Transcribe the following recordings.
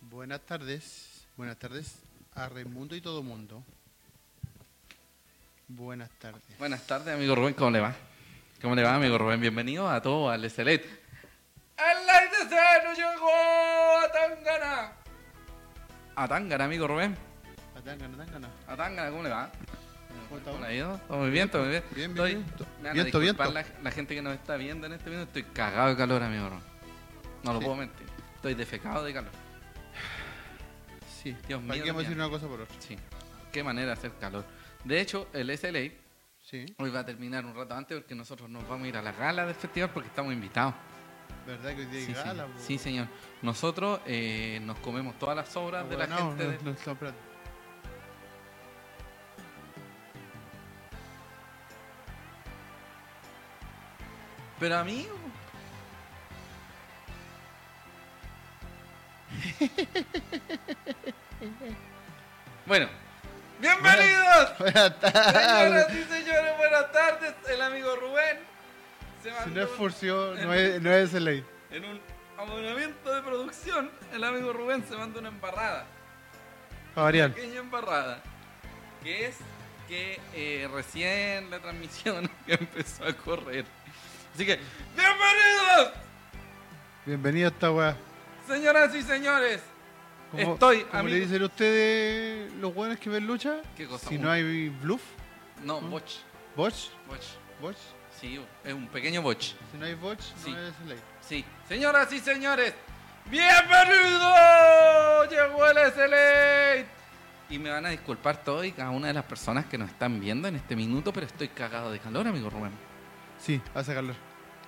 buenas tardes. Buenas tardes a Raimundo y todo mundo. Buenas tardes. Buenas tardes, amigo Rubén, ¿cómo le va? ¿Cómo le va, amigo Rubén? Bienvenido a todo al Select. ¡El ITC no llegó a Tangana! A Tangana, amigo Rubén. Atangana, atangana. A Tangana, ¿cómo le va? ¿Cómo está ¿Cómo uno? le ha ido? Todo muy bien, todo muy bien. Bien, bien, Estoy- bien. Me van a Viento, disculpar viento. La, la gente que nos está viendo en este minuto, estoy cagado de calor, amigo Rubén. No lo Sí. puedo mentir. Estoy defecado de calor. Sí. Dios mío, ¿Para qué vamos Dios a decir mío. una cosa por otra? Sí. Qué manera de hacer calor. De hecho, el SLA Sí. hoy va a terminar un rato antes porque nosotros nos vamos a ir a la gala del festival porque estamos invitados. ¿Verdad que hoy día hay Sí, gala? pues. señor. po? Sí, señor. Nosotros eh, nos comemos todas las sobras de la Bueno, gente. no, de- no, no, espérate. Pero amigo. bueno. Bienvenidos. Buenas tardes. Señoras y señores, buenas tardes. El amigo Rubén se Si no mandó es furcio, no es, no es ley. en un abonamiento de producción. El amigo Rubén se mandó una embarrada. Para variar. pequeña embarrada, que es que eh, recién la transmisión empezó a correr. Así que, ¡bienvenidos! Bienvenido a esta weá. Señoras y señores, Como- Estoy, como le amigo. dicen ustedes los buenos que ven lucha? ¿Qué cosa? Si Un- no hay bluff, no, ¿Mm? botch, botch, botch, botch. sí, es un pequeño botch, Si no hay botch, Sí. no es ley. sí. Señoras y señores, ¡bienvenidos! Llegó el SLA. Y me van a disculpar todo y cada una de las personas que nos están viendo en este minuto, pero estoy cagado de calor, amigo Rubén. Sí, hace calor.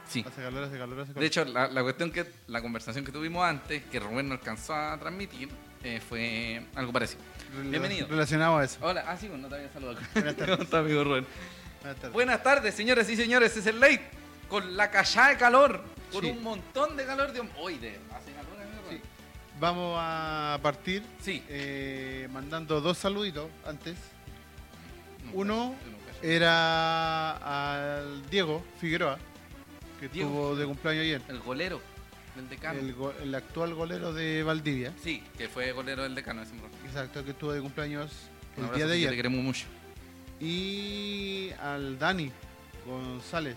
Sí. Hace calor, hace calor, hace calor. De hecho, la, la cuestión que la conversación que tuvimos antes, que Rubén no alcanzó a transmitir, eh, fue algo parecido. Rela- bienvenido. Relacionado a eso. Hola, ah, sí, bueno, no te había saludado. Buenas tardes. ¿Cómo está, amigo Rubén? Buenas tardes. Buenas tardes, señores y señores. Es el late con la callada de calor, con Sí. un montón de calor de oide. Hace calor, amigo Rubén. Vamos a partir Sí. eh, mandando dos saluditos antes. No, Eh, Uno eh, yo no callo. Era al Diego Figueroa, que Diego estuvo de cumpleaños ayer. el golero del decano. El, go- el actual golero de Valdivia. Sí, que fue golero del decano ese morro. Exacto, que estuvo de cumpleaños Un el abrazo, día de Piquito, Te ayer. queremos mucho. Y al Dani González,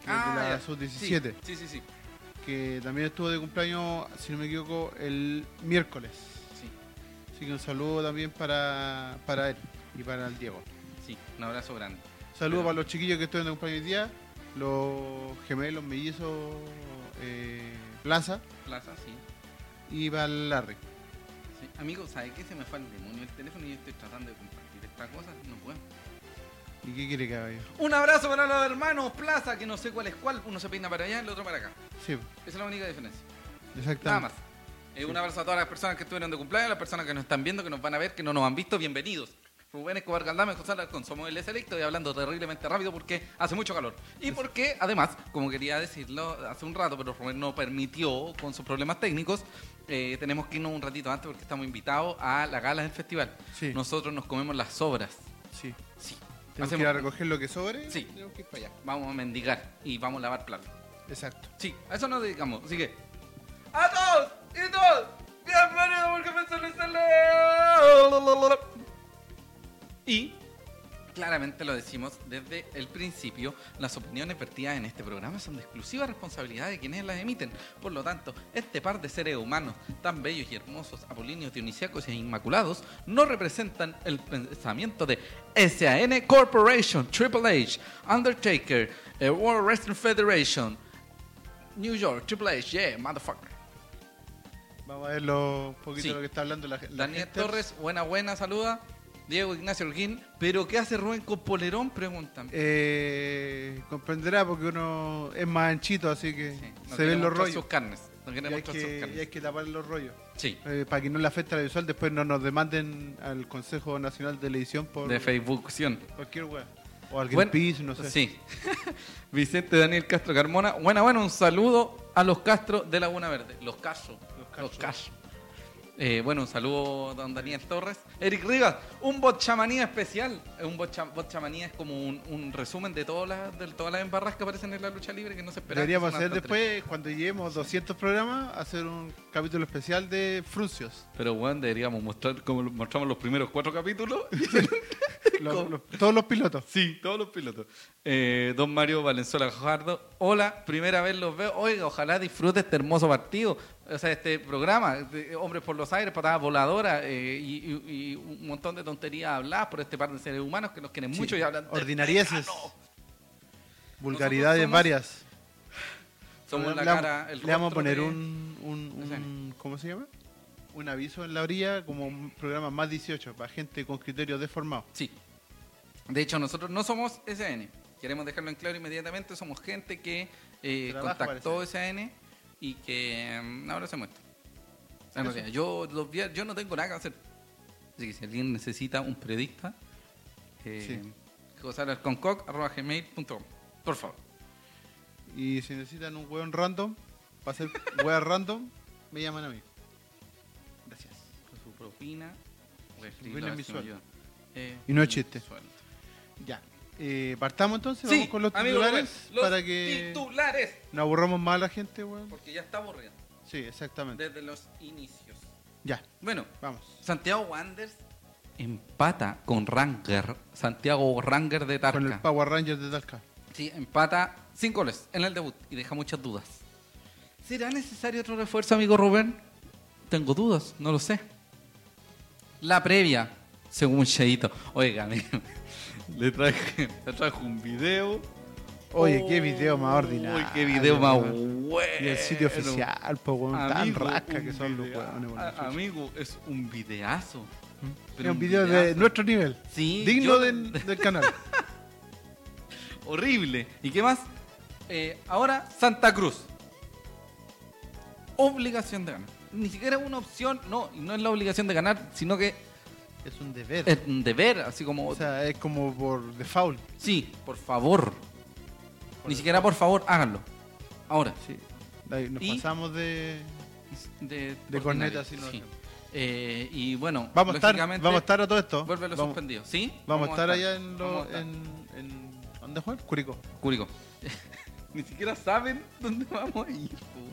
que es de Ah, ya. la Sí, sub-17, Sí, sí, sí. que también estuvo de cumpleaños, si no me equivoco, el miércoles. Sí, Así que un saludo también para, para él y para el Diego. sí. Un abrazo grande. Saludos Pero- para los chiquillos que estuvieron de cumpleaños hoy día, los gemelos, mellizos, eh, Plaza Plaza, sí. y para el Larry. Sí. Amigo, ¿sabes qué? Se me fue al demonio el teléfono y yo estoy tratando de compartir esta cosa. No puedo. ¿Y qué quiere que haga yo? Un abrazo para los hermanos Plaza, que no sé cuál es cuál. Uno se peina para allá, el otro para acá. Sí, Esa es la única diferencia. Nada más. exactamente. Eh, un abrazo a todas las personas que estuvieron de cumpleaños, a las personas que nos están viendo, que nos van a ver, que no nos han visto. Bienvenidos. Rubén Escobar Galdame, José Alarcón, somos el Selecto y hablando terriblemente rápido porque hace mucho calor. Y porque, además, como quería decirlo hace un rato, pero Rubén no permitió con sus problemas técnicos, eh, tenemos que irnos un ratito antes porque estamos invitados a la gala del festival. Sí. Nosotros nos comemos las sobras. Sí. Sí. Tenemos Hacemos- que ir a recoger lo que sobre. Sí. Tenemos que ir para allá. Vamos a mendigar y vamos a lavar platos. Exacto. Sí, a eso nos dedicamos. Así que. ¡A todos! ¡Y todos! ¡Bienvenidos porque me sale Y. Claramente lo decimos desde el principio, las opiniones vertidas en este programa son de exclusiva responsabilidad de quienes las emiten. Por lo tanto, este par de seres humanos tan bellos y hermosos, apolíneos, dionisíacos e inmaculados, no representan el pensamiento de SAN Corporation, Triple H, Undertaker, eh, World Wrestling Federation, New York, Triple H, yeah, motherfucker. Vamos a ver lo, un poquito Sí. lo que está hablando la, la Daniel gente. Torres, buena, buena, saluda. Diego Ignacio Holguín, ¿pero qué hace Rubén con Polerón? Preguntan. Eh, comprenderá porque uno es más anchito, así que Sí, no se quiere ven los mostrar sus rollos. carnes. No quiere Y hay, mostrar sus que, carnes. y hay que tapar los rollos. Sí, eh, para que no le afecte la visual, después no nos demanden al Consejo Nacional de Televisión por de Facebook, sí. cualquier weá. O al Buen- Greenpeace, no sé. Sí. Vicente Daniel Castro Carmona. Buena, bueno, un saludo a los Castro de Laguna Verde. Los Castro. Los Los Castro. Castro. Eh, bueno, un saludo a don Daniel Torres. Eric Rivas, un botchamanía especial. Eh, Un botcha- botchamanía es como un, un resumen de todas las de todas las embarras que aparecen en la lucha libre que no se esperaba. Deberíamos que son hacer tantas después, cuando lleguemos 200 programas, hacer un capítulo especial de Fruncios. Pero bueno, deberíamos mostrar como lo- mostramos los primeros cuatro capítulos. Los- ¿Cómo? los- todos los pilotos. sí, todos los pilotos. Eh, don Mario Valenzuela Jardo, hola, primera vez los veo. Oiga, ojalá disfrute este hermoso partido, o sea, este programa, de Hombres por los Aires, patadas voladoras eh, y, y- y un montón de tonterías habladas por este par de seres humanos que nos quieren mucho y hablan. de- Ordinarieces. Vulgaridades Nosotros somos- varias. Somos la Le vamos- cara, el Le vamos a rostro poner de- un, un- de esa un- ¿Cómo se llama? Un aviso en la orilla como un programa más 18 para gente con criterios deformados. Sí. De hecho, nosotros no somos SN. Queremos dejarlo en claro inmediatamente. Somos gente que eh, Trabaja para contactó SN y que mm, ahora se muestra. En Eso. realidad, yo, los vier- yo no tengo nada que hacer. Así que si alguien necesita un periodista, eh, josalarconcoc@gmail.com, Por favor. Y si necesitan un weón random, para hacer weas random, me llaman a mí. Gracias. Con su propina. voy a propina escribirlo, a es ver mi si me sueldo. ayuda. Eh, Y no es mi chiste. sueldo. Ya. Eh, partamos entonces, Sí, vamos con los amigo Rubén, titulares los para que titulares. no aburramos más a la gente, weón. Porque ya está aburrido. Sí, exactamente. Desde los inicios. Ya, Bueno, vamos. Santiago Wanderers empata con Ranger. Santiago Ranger de Con el Tarca. Power Rangers de Talca. Sí, empata sin goles en el debut y deja muchas dudas. ¿Será necesario otro refuerzo, amigo Rubén? Tengo dudas, no lo sé. La previa, según Cheito. Oiga, amigo, le traje, le traje un video. Oye, qué video más ordinario. Uy, qué video más weón. bueno. Y el sitio oficial, po, weón, tan Amigo, rasca un que son los video- weones, weón. a- Amigo, es un videazo. ¿Mm? Es Pero un video de videazo. nuestro nivel. Sí, digno yo- del, del canal. Horrible. ¿Y qué más? Eh, ahora Santa Cruz. Obligación de ganar. Ni siquiera una opción, no, y no es la obligación de ganar, sino que es un deber. es un deber, así como, o sea, es como por default. sí, por favor. Por Ni siquiera por favor, háganlo. Ahora, Sí. Ahí Nos Y- pasamos de, de, de ordinario, corneta. Si no sí. Eh, y bueno, vamos, a estar, lógicamente, vamos a estar a todo esto. Vuelve los vamos, suspendidos, ¿sí? vamos a estar allá en, lo- vamos a estar. en, en- ¿Dónde juegan? Curicó. Curicó. Ni siquiera saben dónde vamos a ir. po.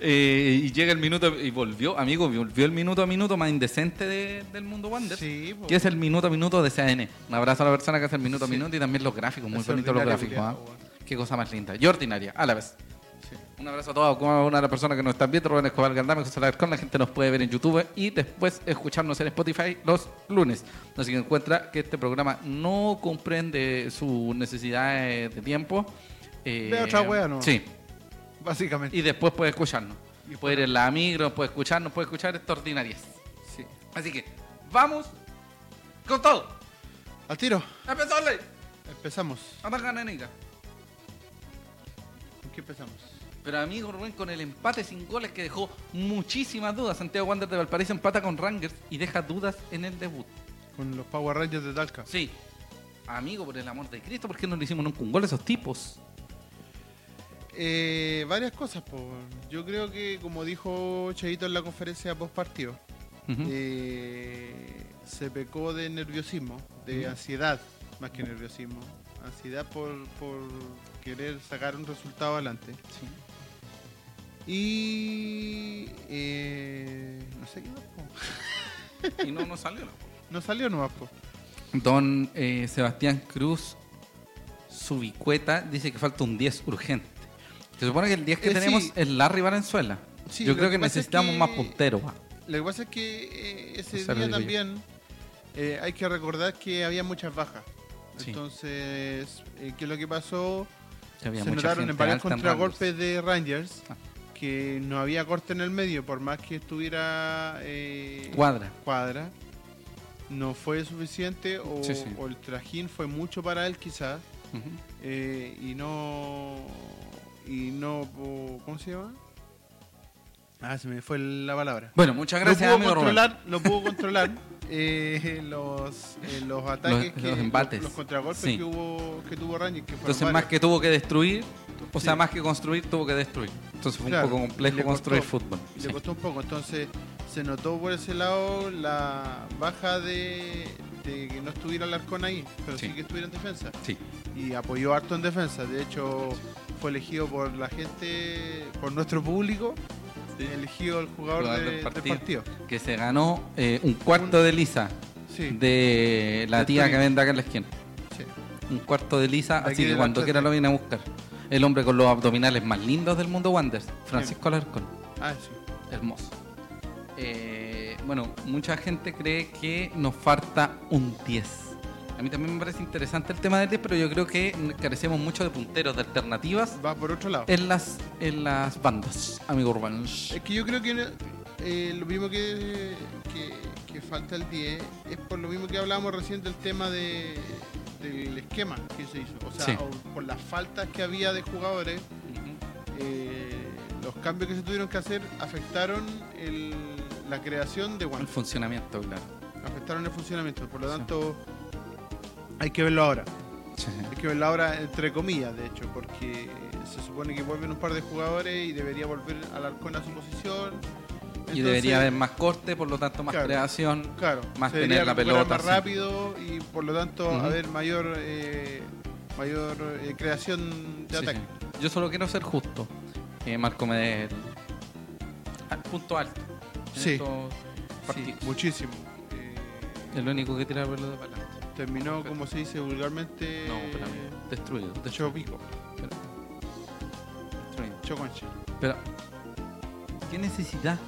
Eh, y llega el minuto y volvió, amigo, volvió el minuto a minuto más indecente de- del mundo Wander. Sí, po. Que es el minuto a minuto de CAN. Un abrazo a la persona que hace el minuto a Sí. minuto y también los gráficos, muy Es bonitos los ordinario, gráficos. ¿ah? culiao, weón. Qué cosa más linda. Y ordinaria, a la vez. Sí. Un abrazo a todos, como a una de las personas que nos están viendo, Rubén Escobar Galdame, José Alarcón, la gente nos puede ver en YouTube y después escucharnos en Spotify los lunes. Así que encuentra que este programa no comprende sus necesidades de tiempo. Eh, Ve otra wea, ¿no? Sí, Básicamente. y después puede escucharnos. Y puede ir en la micro, puede escucharnos, puede escuchar estas ordinarias. Sí. Así que, ¡vamos! ¡Con todo! Al tiro. ¡A pesarle! Empezamos. ¡A más ganas, nega. ¿Con qué empezamos? Pero amigo Rubén, con el empate sin goles que dejó muchísimas dudas, Santiago Wanderers de Valparaíso empata con Rangers y deja dudas en el debut. Con los Power Rangers de Talca. Sí. Amigo, por el amor de Cristo, ¿por qué no le hicimos nunca un gol a esos tipos? Eh, varias cosas, po. Yo creo que, como dijo Cheito en la conferencia post partido, Ujú. eh, se pecó de nerviosismo, de Ujú. ansiedad, más que nerviosismo. Ansiedad por, por querer sacar un resultado adelante. Sí. Y. eh, no sé qué más, po. Y no nos salió la No salió nomás, po. Don eh, Sebastián Cruz Subicueta dice que falta un 10 urgente. Se supone que el 10 que Eh, sí. tenemos es Larry Valenzuela. Sí, Yo lo creo que que pasa es necesitamos que- más punteros. ah, va. Lo que pasa es que eh, ese O sea, día lo digo yo. también eh, hay que recordar que había muchas bajas. Sí. Entonces, eh, ¿qué es lo que pasó? Había se mucha notaron gente en varios alta en contragolpes de Rangers Ah. que no había corte en el medio, por más que estuviera eh, Rangers. Cuadra. Cuadra. No fue suficiente o, Sí, sí. o el trajín fue mucho para él quizás Ujú. eh, y no y no o- ¿cómo se llama? Ah, se me fue la palabra. Bueno, muchas gracias, lo pudo amigo Rubén. controlar, lo pudo controlar eh, los, eh, los ataques, que, los embates. los contragolpes Sí. que hubo que tuvo Rangers, que fueron Entonces, varios. más que tuvo que destruir, o sea, Sí. más que construir, tuvo que destruir. Entonces, fue Claro, un poco le complejo costó. construir fútbol. y Sí. le costó un poco. Entonces, se notó por ese lado la baja de, de que no estuviera Alarcón ahí, pero sí. Sí. que estuviera en defensa. Sí. Y apoyó harto en defensa. De hecho, fue elegido por la gente, por nuestro público, elegido el jugador, Jugador de- del del, partido. partido. Que se ganó eh, un cuarto de lisa Sí, de la De tía que Turín. vende acá en la esquina. sí. Un cuarto de lisa, De aquí así de que la cuando Atleti. quiera lo viene a buscar. El hombre con los abdominales más lindos del mundo Wanders, Francisco Alarcón. Ah, sí. Hermoso. Eh, bueno, mucha gente cree que nos falta un 10. A mí también me parece interesante el tema del 10, pero yo creo que carecemos mucho de punteros, de alternativas Va por otro lado. en las, en las bandas, amigo urbanos. Es que yo creo que eh, lo mismo que, que, que falta el 10 es por lo mismo que hablábamos recién del tema de, del esquema que se hizo. O sea, Sí. o por las faltas que había de jugadores, eh, los cambios que se tuvieron que hacer afectaron el- la creación de One. El funcionamiento, claro. Afectaron el funcionamiento. Por lo Sí. tanto, hay que verlo ahora. Hay que verlo ahora entre comillas, de hecho, porque se supone que vuelven un par de jugadores y debería volver Alarcón a su posición. y Entonces, debería haber más corte, por lo tanto más Claro. creación. Claro, Más se debería tener la recuperar pelota, más sí. rápido y por lo tanto Ujú. haber mayor eh, mayor eh, creación de Sí, ataque. sí. Yo solo quiero ser justo. Eh, Marco me dé el al punto alto. en Sí. estos Sí, partidos. muchísimo. Eh, El único que tira la pelota para adelante. terminó, como se dice vulgarmente, No, espérame. Destruido. Destruido. Chopico, Choconcha. Pero, ¿qué necesidad?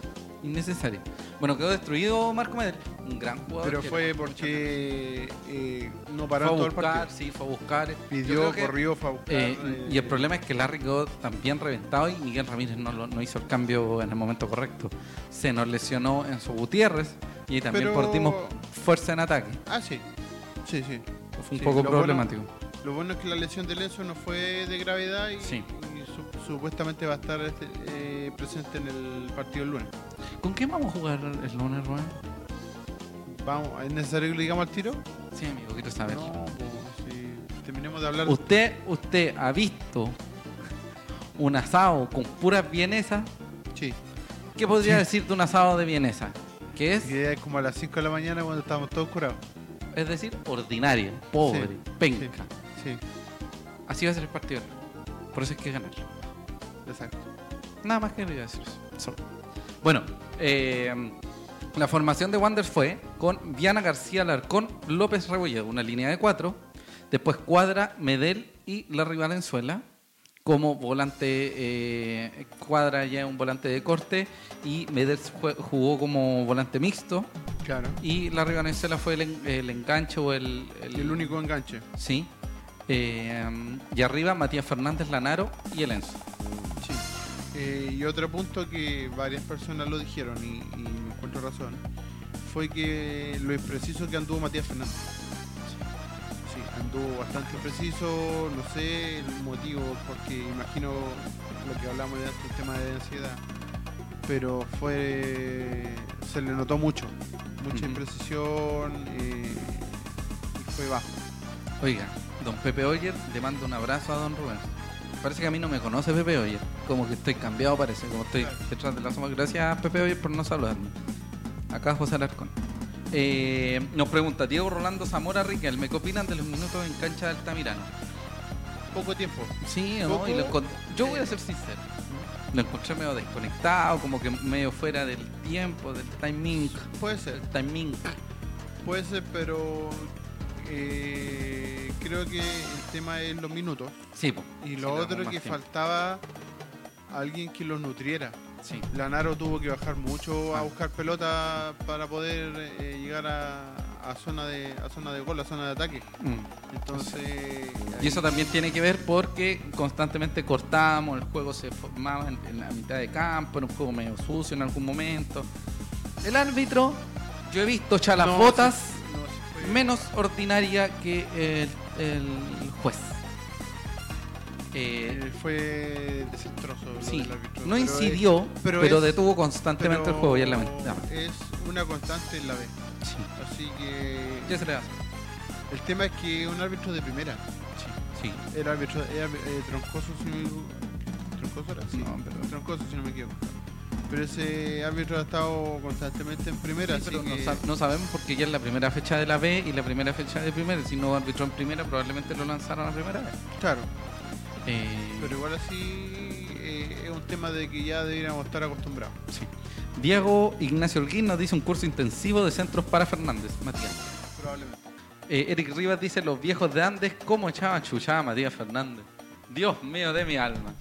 Innecesaria. Bueno, quedó destruido Marco Medel. Un gran jugador. Pero que fue le costó mucho tiempo. porque eh, no Fue a paró en todo el buscar, partido. sí, fue a buscar. Yo Pidió, creo que, corrió, fue a buscar, eh, eh, y el problema es que Larry quedó también reventado y Miguel Ramírez no, lo- no hizo el cambio en el momento correcto. Se nos lesionó Enzo Gutiérrez y ahí también Pero- perdimos fuerza en ataque. Ah, sí. Sí, sí. Fue un Sí, poco lo bueno- problemático. Lo bueno es que la lesión de Lenzo no fue de gravedad y, Sí. y su- supuestamente va a estar este, eh, presente en el partido el lunes. ¿Con quién vamos a jugar el lunes, Rubén? Vamos, ¿Es necesario que lo digamos al tiro? Sí, amigo, quiero saber. No, pues, si terminemos de hablar. ¿Usted, usted ha visto un asado con puras vienesas? Sí, ¿Qué podría decir de un asado de vienesa? Que es, que es como a las 5 de la mañana cuando estábamos todos curados. es decir, ordinario, pobre, Sí, penca. Sí, Así va a ser el partido. Por eso es que ganar. exacto. Nada más que quería decir eso. Solo. Bueno, eh, la formación de Wander fue con Viana García Larcón, López Rebolledo, una línea de cuatro. Después Cuadra, Medel y Larry Valenzuela como volante. eh, Cuadra ya es un volante de corte y Medel jue- jugó como volante mixto. Claro. Y Larry Valenzuela fue el, en- el enganche o el, Y el único enganche. Sí. Eh, y arriba Matías Fernández Lanaro y el Enzo. Sí. Eh, y otro punto que varias personas lo dijeron y, y me encuentro razón, fue que lo impreciso que anduvo Matías Fernández. Sí, anduvo bastante impreciso, no sé el motivo, porque imagino lo que hablamos de antes, el tema de ansiedad, pero fue se le notó mucho, mucha Ujú. imprecisión eh, y fue bajo. Oiga, don Pepe Oyer le mando un abrazo a don Rubén. Parece que a mí no me conoce Pepe Oyer. Como que estoy cambiado, parece. Como estoy detrás de la sombra. Gracias, Pepe Oyer, por no saludarme. Acá José Alarcón. Eh, nos pregunta Diego Rolando Zamora Riquelme. ¿Qué opinan de los minutos en cancha de Altamirano? Poco tiempo. Sí, ¿no? Y lo encont- Yo voy a ser sincero. Lo encontré medio desconectado, como que medio fuera del tiempo, del timing. Puede ser. Del timing. Puede ser, pero eh, creo que el tema es los minutos. Sí, po. Y Sí, lo le otro damos que más tiempo. faltaba alguien que los nutriera. Sí. Lanaro tuvo que bajar mucho a Ah. buscar pelota para poder eh, llegar a, a zona de a zona de gol, a zona de ataque. Mm. Entonces Y eso también tiene que ver porque constantemente cortamos, el juego se formaba en, en la mitad de campo, era un juego medio sucio en algún momento. El árbitro, yo he visto echar las No, botas ahí no se fue. menos ordinaria que el, el juez. Eh, Eh, fue desastroso. lo sí, del árbitro, no pero es- incidió, pero, pero es- detuvo constantemente el juego y es pero lamentable. es una constante en la B. Sí. Así que Ya se le da. El tema es que un árbitro de primera. Sí. Era árbitro, era, eh, troncoso si no me equivoco. ¿Troncoso era? Sí. No, pero- Troncoso si no me equivoco. Pero ese árbitro ha estado constantemente en primera, Sí, así pero no, que- sa- no sabemos porque ya es la primera fecha de la B y la primera fecha de primera. Si no arbitró en primera, probablemente lo lanzaron a primera vez. Claro, Eh, pero igual así eh, es un tema de que ya deberíamos estar acostumbrados. sí. Diego Ignacio Holguín nos dice un curso intensivo de centros para Fernández, Matías. Probablemente. Eh, Eric Rivas dice: Los viejos de Andes, ¿cómo echaba chuchada Matías Fernández? Dios mío de mi alma.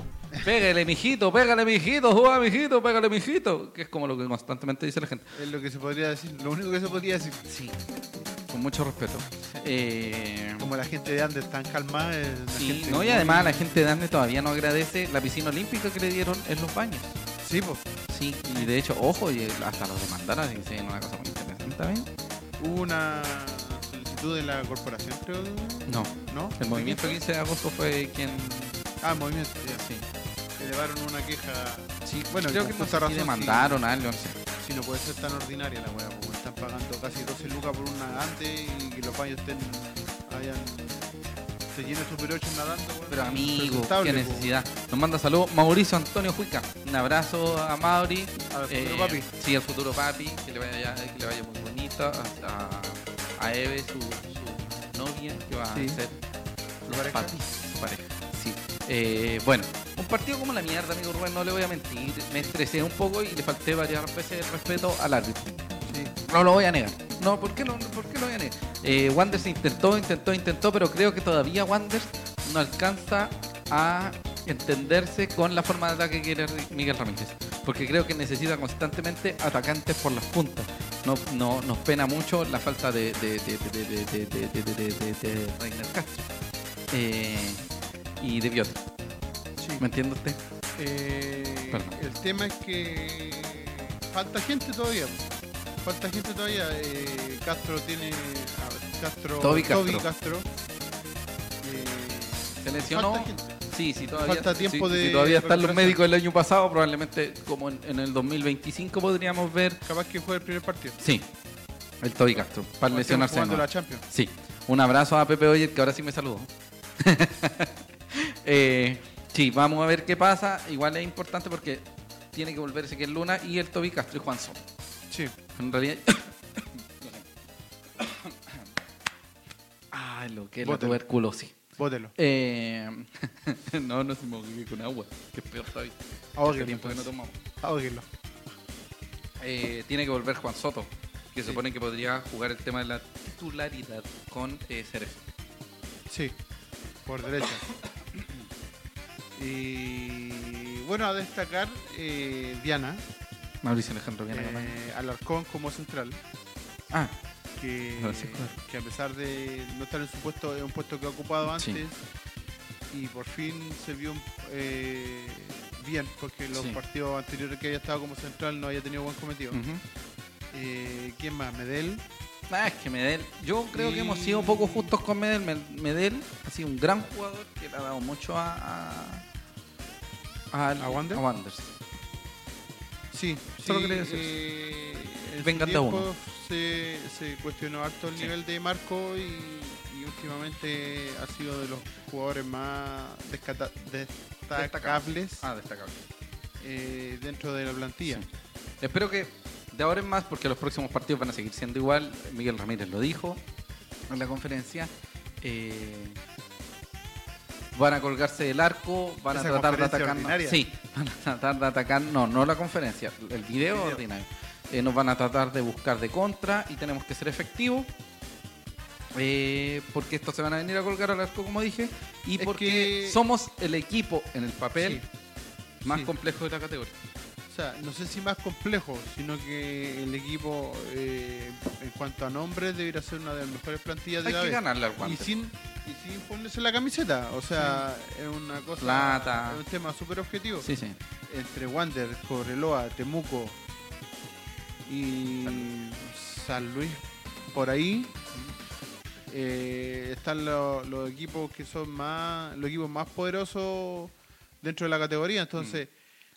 Pégale, mijito, pégale, mijito, juega, mijito, pégale, mijito. Que es como lo que constantemente dice la gente. Es lo que se podría decir, lo único que se podría decir. Sí. Con mucho respeto. Eh, Como la gente de Andes tan calmada. eh, la Sí, gente no, y muy- además la gente de Andes todavía no agradece la piscina olímpica que le dieron en los baños. Sí, pues. Sí, y de hecho, ojo, y hasta los demandaron, así que se viene una cosa muy interesante también. Hubo una solicitud de la corporación, creo. No, ¿No? el movimiento 15 de agosto fue quien. Ah, movimiento, ya. Sí, Elevaron una queja. sí Bueno, creo con que no justa sé si razón, demandaron a alguien, no sé. Si no puede ser tan ordinaria la weá, porque están pagando casi 12 lucas por un nadante y que los baños estén. hayan. se llenen super 8 nadando, weón. Pero amigo, Presentable, qué po. necesidad. Nos manda saludos Mauricio Antonio Juica. Un abrazo a Mauri. A ver, Eh, futuro papi. Sí, al futuro papi. Que le vaya, que le vaya muy bonito. A, a- a Eve, su, su novia, que va Sí. a ser ¿Su pareja? papi, su pareja. Sí. Eh, bueno, un partido como la mierda, amigo Rubén, no le voy a mentir. Me estresé un poco y le falté varias veces el respeto al árbitro. Sí. No lo voy a negar. No, ¿por qué, no, por qué lo voy a negar? Eh, Wander se intentó, intentó, intentó, pero creo que todavía Wander no alcanza a entenderse con la forma de ataque que quiere Miguel Ramírez. Porque creo que necesita constantemente atacantes por las puntas. No, no, nos pena mucho la falta de, de, de, de, de, de, de, de, de, de, de- de Reiner Castro. Eh, y de Bioti. Sí. ¿Me entiende usted? Eh, Perdón. el tema es que falta gente todavía. Falta gente todavía. Eh, Castro tiene. a ver, Castro. Toby Castro. Castro. Eh, Se lesionó. falta gente. Sí, sí, todavía, Falta tiempo sí, sí, de todavía están los recuperación. médicos del año pasado, probablemente como en, en el 2025 podríamos ver. Capaz que juegue el primer partido. Sí, el Toby Castro, para Como estemos lesionarse. de Jugando nuevo. la Champions. Sí, un abrazo a Pepe Oyer, que ahora sí me saludó. Eh, sí, vamos a ver qué pasa. Igual es importante porque tiene que volverse que Luna y el Toby Castro y Juan Soto. Sí. En realidad. Ay, lo que es la Bótelo. tuberculosis. Bótelo. Eh, no, no se me ahogué con agua, que es peor todavía. Hace Ahóguelo. tiempo que no tomamos. Ahóguelo. Eh, tiene que volver Juan Soto, que se supone que podría jugar el tema de la titularidad con eh, Cerezo. Sí. Por derecha. Y bueno, a destacar eh, Diana, Mauricio Alejandro Viana Campaña. eh, Alarcón como central. Ah, que, No, sí, claro. que a pesar de no estar en su puesto, es un puesto que ha ocupado antes Sí. y por fin se vio eh, bien, porque los Sí. Mm. partidos anteriores que haya estado como central no haya tenido buen cometido. Eh, ¿Quién más? Medel. Ah, es que Medel, yo creo que hemos sido Y- poco justos con Medel. Mel- Medel ha sido un gran jugador que le ha dado mucho a. a, al- ¿A Wander? A Wanderers. Sí, Eso es lo sí, que le decía. eh, en su Vengan de a tiempo uno. Se, se cuestionó harto el Sí. nivel de Marco y, y últimamente ha sido de los jugadores más descata- destacables Ah, destacable. eh, dentro de la plantilla. Sí. Espero que de ahora en más, porque los próximos partidos van a seguir siendo igual. Miguel Ramírez lo dijo en la conferencia. eh, van a colgarse del arco, van Esa a tratar de conferencia atacarnos. ordinaria. Sí, van a tratar de atacar. No, no la conferencia, el video, video. ordinario. Eh, nos van a tratar de buscar de contra y tenemos que ser efectivos. eh, porque estos se van a venir a colgar al arco, como dije, y Es porque que- somos el equipo en el papel más sí. complejo de la categoría. O sea, no sé si más complejo, sino que el equipo, eh, en cuanto a nombres, debería ser una de las mejores plantillas de Hay la que vez. ganarle al Y Wander. sin, y sin ponerse la camiseta. O sea, es una cosa. Plata. Es un tema súper objetivo. Sí, sí. Entre Wander, Correloa, Temuco y San Luis, por ahí. eh, están lo- los equipos que son más los equipos más poderosos dentro de la categoría entonces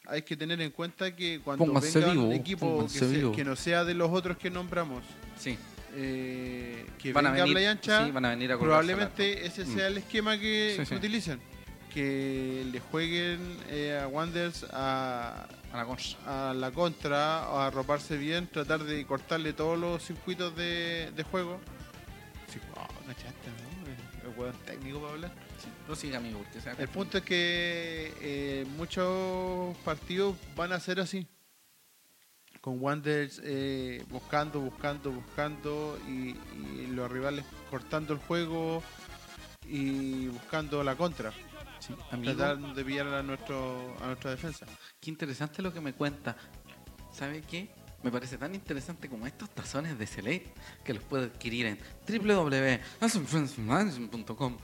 hay que tener en cuenta que cuando Mm. Pónganse venga un vivo, equipo que, pónganse se- vivo. que no sea de los otros que nombramos Sí. eh, que van a venga a venir, Playa Ancha sí, van a venir a colgarse la probablemente ese Mm. sea el esquema que, Sí, que sí. utilizan que le jueguen eh, a Wanderers a a la concha. a la contra, a arroparse bien, tratar de cortarle todos los circuitos de, de juego. Sí, oh, cachaste, ¿no? El- El hueón técnico para hablar. Sí, prosiga, amigo, porque sea- El punto es que eh, muchos partidos van a ser así. Con Wanderers eh, buscando, buscando, buscando y, y los rivales cortando el juego y buscando la contra. Sí, amigo, Tratar de pillar a, nuestro, a nuestra defensa. qué interesante lo que me cuenta. ¿Sabe qué? Me parece tan interesante como estos tazones de Select que los puede adquirir en www.asonfriendsmanagement.com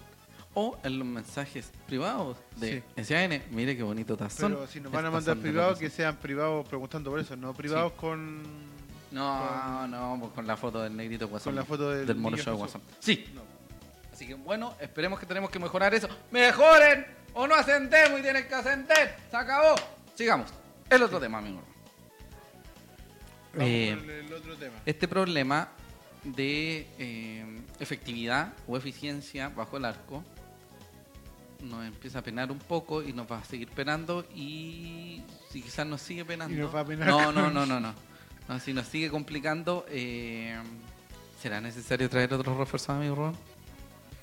o en los mensajes privados de SAN. Mire qué bonito tazón. Pero si nos van a Es mandar tazón de la privados, tazón. que sean privados preguntando por eso, no privados con, No, no, pues con la foto del negrito guasón. con la foto del, del mono niño show Jesús. guasón. Sí. No. Así que bueno, esperemos que tenemos que mejorar eso. ¡Mejoren! O no ascendemos y tienen que ascender. Se acabó. Sigamos. El otro tema, amigo. Vamos Eh, con el otro tema. Este problema de eh, efectividad o eficiencia bajo el arco nos empieza a penar un poco y nos va a seguir penando y si quizás nos sigue penando. Y nos va a penar no, con- no, no, no, no, No, Si nos sigue complicando, eh, ¿será necesario traer otros refuerzos, amigo Rubén?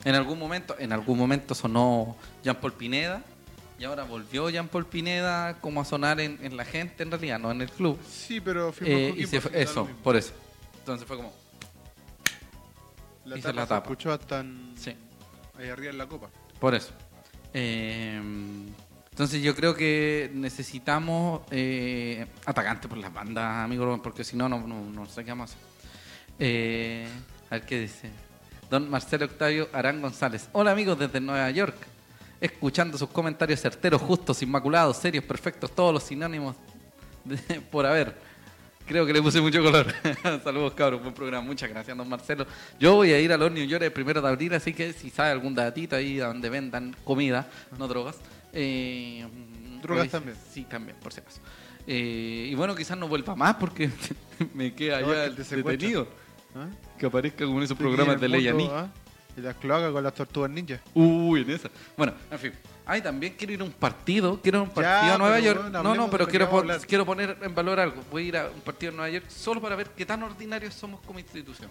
En algún momento, en algún momento sonó Jean Paul Pineda y ahora volvió Jean Paul Pineda como a sonar en, en la gente, en realidad, no en el club. Sí, pero firmó Eh, con y Coquimbo, se fue- si da lo eso, mismo. por eso. Entonces fue como, La hizo tapa la se tapa. escuchó hasta en- sí, ahí arriba en la copa. por eso. Eh, entonces yo creo que necesitamos eh, atacantes por las bandas, amigo, Rubén, porque si no, no, no, no sé qué vamos a hacer. Eh, a ver qué dice. Don Marcelo Octavio Arán González. Hola amigos desde Nueva York. Escuchando sus comentarios certeros, justos, inmaculados, serios, perfectos, todos los sinónimos de- por haber. Creo que le puse mucho color. Saludos, cabros. Buen programa. Muchas gracias, don Marcelo. Yo voy a ir a los New York el primero de abril, así que si sabe algún datito ahí donde vendan comida, no drogas. eh, Drogas revise- también. Sí, también, por si acaso. Eh, y bueno, quizás no vuelva más porque me queda No, es ya que te secuestran. detenido. ¿Ah? Que aparezca como en esos Estoy aquí programas en de el Ley mundo, Aní. ¿ah? Y las cloacas con las tortugas ninja. Uy, en esa. Bueno, en fin. Ay, también quiero ir a un partido. Quiero ir a un Ya, partido a Nueva pero York. bueno, no, hablemos no, de pero lo que quiero, vamos a pon- hablar. quiero poner en valor algo. Voy a ir a un partido en Nueva York solo para ver qué tan ordinarios somos como institución.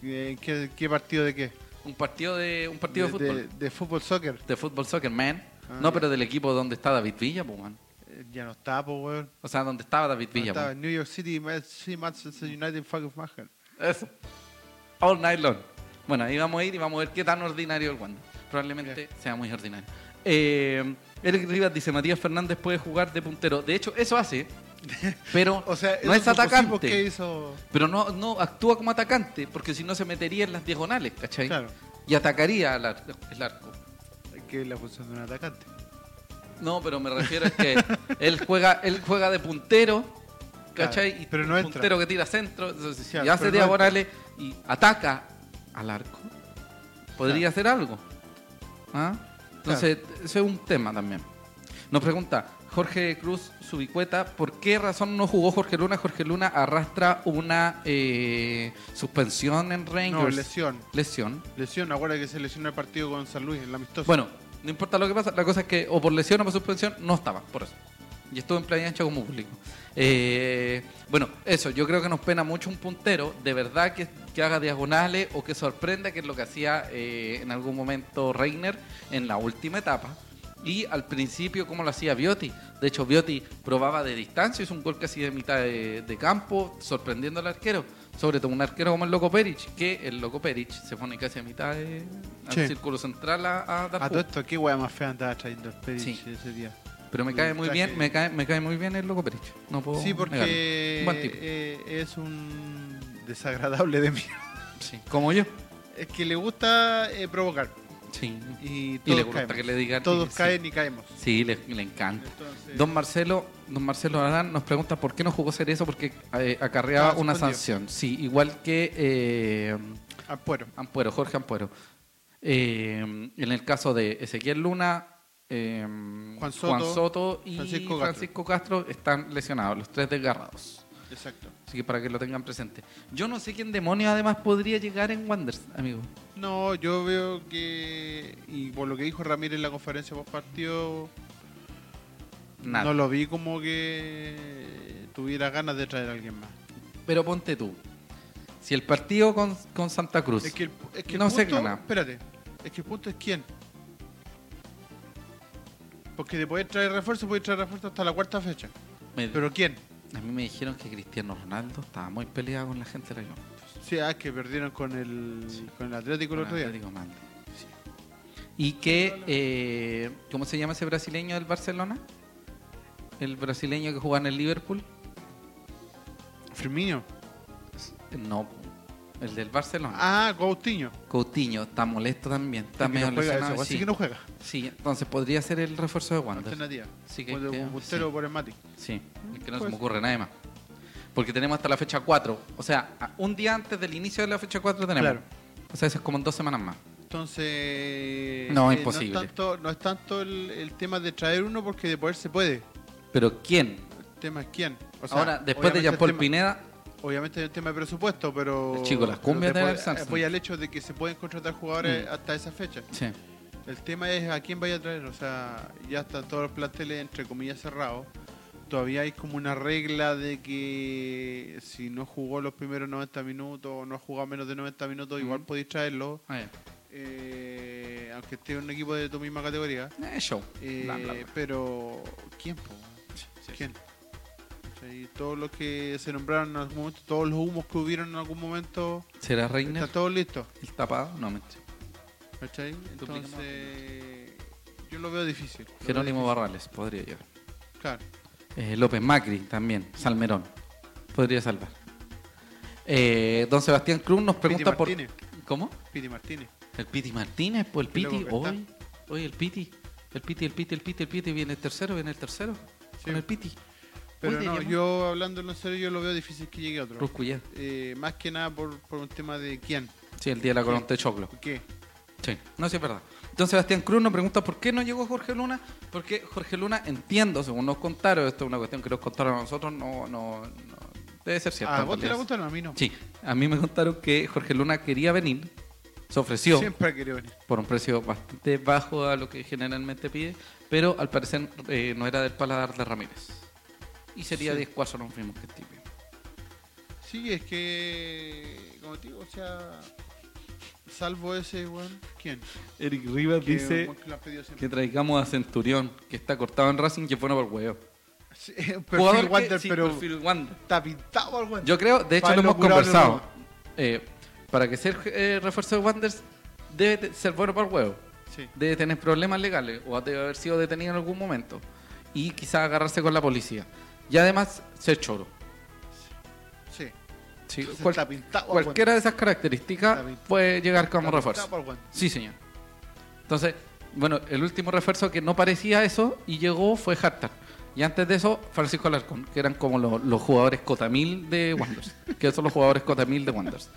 ¿Qué, qué, qué partido de qué? Un partido de un partido de, fútbol. De, de fútbol soccer. De fútbol soccer, man. Ah, no, ya. pero del equipo donde está David Villa, pues, man. Eh, Ya no está, po, weón. O sea, donde estaba David No Villa, estaba. po. New York City, Manchester Manchester United, fucking Manhattan. Eso. All night long. Bueno, ahí vamos a ir y vamos a ver qué tan ordinario el Wanda. Probablemente sea muy ordinario. Eh, Eric Rivas dice, Matías Fernández puede jugar de puntero. De hecho, eso hace, pero O sea, no esos son es los tipos atacante. que hizo. Pero no, no actúa como atacante, porque si no se metería en las diagonales, ¿cachai? Claro, Y atacaría al ar- el arco. que es la función de un atacante. No, pero me refiero a que él juega, él juega de puntero, ¿cachai? Claro, Y pero no entra. puntero que tira centro, entonces, Claro, y hace pero no diagonales y ataca al arco. Podría hacer algo. ¿Ah? Entonces, eso es un tema también. Nos pregunta Jorge Cruz Subicueta, ¿por qué razón no jugó Jorge Luna? Jorge Luna arrastra una eh, suspensión en Rangers. No, lesión. Lesión. Lesión, acuérdate que se lesionó el partido con San Luis, el amistoso. Bueno, no importa lo que pasa, la cosa es que o por lesión o por suspensión no estaba, por eso. Y estuvo en playa ancha como público. Eh, bueno, eso, yo creo que nos pena mucho un puntero, de verdad que, que haga diagonales o que sorprenda, que es lo que hacía eh, en algún momento Reiner en la última etapa. Y al principio, como lo hacía Biotti. De hecho, Biotti probaba de distancia, hizo un gol casi de mitad de, de campo, sorprendiendo al arquero. Sobre todo un arquero como el Loco Perich, que el Loco Perich se pone casi a mitad de, al Sí. círculo central a, a dar A Ah, todo jugo. esto, qué wea más fea andaba trayendo el Perich uh. Sí. ese día. Pero me El cae muy traje. bien, me cae, me cae muy bien el loco Perich. No puedo Sí, porque negarlo. Oh, Buen tipo. eh, es un desagradable de mierda. Sí, como yo. Es que le gusta eh, provocar. Sí. Y todos Y le gusta caemos. que le digan. Todos sí. caen y caemos. Sí, le, le encanta. Entonces, Don Marcelo, don Marcelo Arán nos pregunta por qué no jugó Cerezo porque eh, acarreaba Estaba una suspendido. sanción. Sí, igual que eh, al puero. Ampuero, Jorge Ampuero. Eh, en el caso de Ezequiel Luna, eh, Juan, Soto, Soto y Francisco Francisco Castro. Castro. están lesionados, los tres desgarrados. Exacto. Así que para que lo tengan presente. Yo no sé quién demonio además podría llegar en Wanderers, amigo. No, yo veo que, y por lo que dijo Ramírez en la conferencia post partido, Nada. No lo vi como que tuviera ganas de traer a alguien más. Pero ponte tú. Si el partido con, con Santa Cruz. Es que el, es que el Pues, No punto, se gana. Espérate. Es que el punto es quién. Porque de poder traer refuerzo, puede traer refuerzo hasta la cuarta fecha. me- Pero quién. a mí me dijeron que Cristiano Ronaldo estaba muy peleado con la gente de la Juventus. Sí, ah, que perdieron con el, con el Atlético el Con otro día. Atlético de Madrid, sí. Y que, eh, ¿cómo se llama ese brasileño del Barcelona? El brasileño que jugaba en el Liverpool. Firmino. No, el del Barcelona. Ah, Coutinho. Coutinho está molesto también. Está Es que no medio juega ese, lesionado, weón, sí sí. que no juega. Sí, entonces podría ser el refuerzo de Wander. Alternativa. Sí que- Por que- el puntero sí. por el Matic. Sí, es que no se Pues- me ocurre nada más. Porque tenemos hasta la fecha 4. O sea, a- un día antes del inicio de la fecha 4 tenemos. Claro. O sea, eso es como en dos semanas más. Entonces. No, eh, imposible. No es tanto, no es tanto el, el tema de traer uno porque de poder se puede. Pero ¿quién? El tema es quién. O sea, Ahora, después obviamente de el Jean-Paul tema- Pineda, Obviamente hay un tema de presupuesto, pero. El chico, las cumbias pero te de po- Samsung. Voy al hecho de que se pueden contratar jugadores Mm. hasta esa fecha. sí. El tema es a quién vaya a traer. O sea, ya están todos los planteles, entre comillas, cerrados. Todavía hay como una regla de que si no jugó los primeros 90 minutos o no ha jugado menos de 90 minutos, igual Mm. podéis traerlo. Ah, ya. eh, aunque esté en un equipo de tu misma categoría. Eh, show. Eh, Bla, bla, bla. Pero, ¿quién? po? sí. ¿Quién? Y todos los que se nombraron en algún momento, todos los humos que hubieron en algún momento, ¿Será Reiner? están todos listos. ¿El tapado? No, mentira. ¿cachai? Duplicamos. Entonces, yo lo veo difícil. lo veo Jerónimo difícil. Barrales, podría llegar. Claro. Eh, López Macri también, Salmerón. Podría salvar. Eh, don Sebastián Cruz nos Piti pregunta por. Martínez. ¿Cómo? Piti Martínez. El Piti Martínez, pues el Qué loco Piti, que hoy, hoy el Piti, el Piti, el Piti, el Piti, el Piti, viene el tercero, viene el tercero, Sí. con el Piti. Pero Hoy no, diríamos- yo hablando en serio, yo lo veo difícil que llegue otro. Ruscullá. Eh, más que nada por, por un tema de quién, Sí, el día de la Sí. colón de choclo. por qué. Sí, no, sí es verdad. Entonces Sebastián Cruz nos pregunta por qué no llegó Jorge Luna, porque Jorge Luna, entiendo, según nos contaron, esto es una cuestión que nos contaron a nosotros, no, no, no- debe ser cierto. Ah, en vos te la realidad. contaron a mí, no. Sí, a mí me contaron que Jorge Luna quería venir, se ofreció, Siempre ha querido venir. por un precio bastante bajo a lo que generalmente pide, pero al parecer eh, no era del paladar de Ramírez. Y sería Sí. 10 cuarzo no fuimos que tipo. Sí, es que. Como te digo, o sea. Salvo ese, weón. ¿Quién? Eric Rivas Que dice un weón que lo ha pedido siempre. que traigamos a Centurión, que está cortado en Racing, que fue no por huevo. Sí, un Jugador perfil que- Wander, sí, pero. perfil Wander. Está pintado al weón. Yo creo, de hecho Pablo lo hemos Curado conversado. Romo. Eh, para que ser eh, refuerzo de Wanderers debe te- ser bueno para el huevo. Sí. debe tener problemas legales o debe haber sido detenido en algún momento y quizás agarrarse con la policía. Y además ser choro. Sí. Sí, Entonces cual- está pintado al weón. cualquiera de esas características Está pintado. puede llegar como Está refuerzo. pintado al weón. Sí, señor. Entonces, bueno, el último refuerzo que no parecía eso y llegó fue Hartar. Y antes de eso, Francisco Alarcón, que eran como lo- los jugadores cotamil de Wanderers. que son los jugadores cotamil de Wanderers.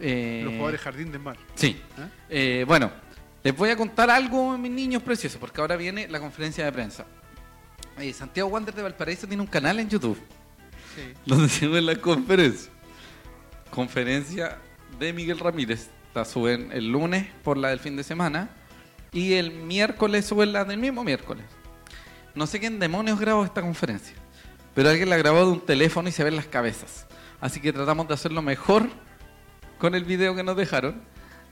Eh, Los jugadores jardín de mar. Sí. ¿Eh? Eh, bueno, les voy a contar algo, mis niños preciosos, porque ahora viene la conferencia de prensa. Eh, Santiago Wander de Valparaíso tiene un canal en YouTube Sí. donde se ve la conferencia. Conferencia de Miguel Ramírez. La suben el lunes por la del fin de semana y el miércoles suben la del mismo miércoles. No sé quién demonios grabó esta conferencia, pero alguien la grabó de un teléfono y se ven las cabezas. Así que tratamos de hacerlo mejor con el video que nos dejaron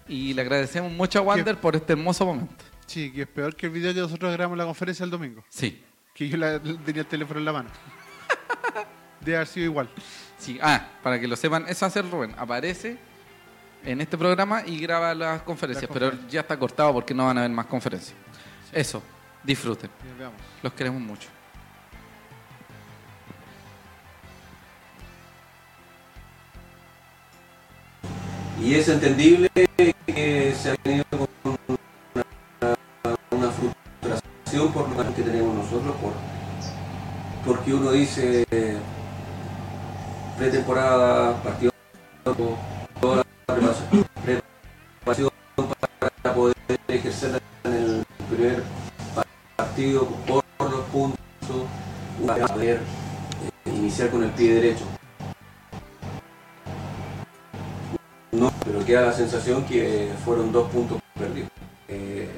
y le agradecemos mucho a Wander por este hermoso momento. Sí, que es peor que el video que nosotros grabamos en la conferencia el domingo. Sí. Que yo la- tenía el teléfono en la mano. Debe haber sido igual. Sí, ah, para que lo sepan, eso hace el Rubén. Aparece en este programa y graba las conferencias, Las pero ya está cortado porque no van a haber más conferencias. Eso, disfruten. Ya, veamos. Los queremos mucho. Y es entendible que se ha venido con una, una frustración por lo que tenemos nosotros, por, porque uno dice eh, pretemporada, partido, toda la preparación, preparación para poder ejercerla en el primer partido por los puntos, para poder eh, iniciar con el pie derecho. No, pero queda la sensación que fueron dos puntos perdidos. Eh,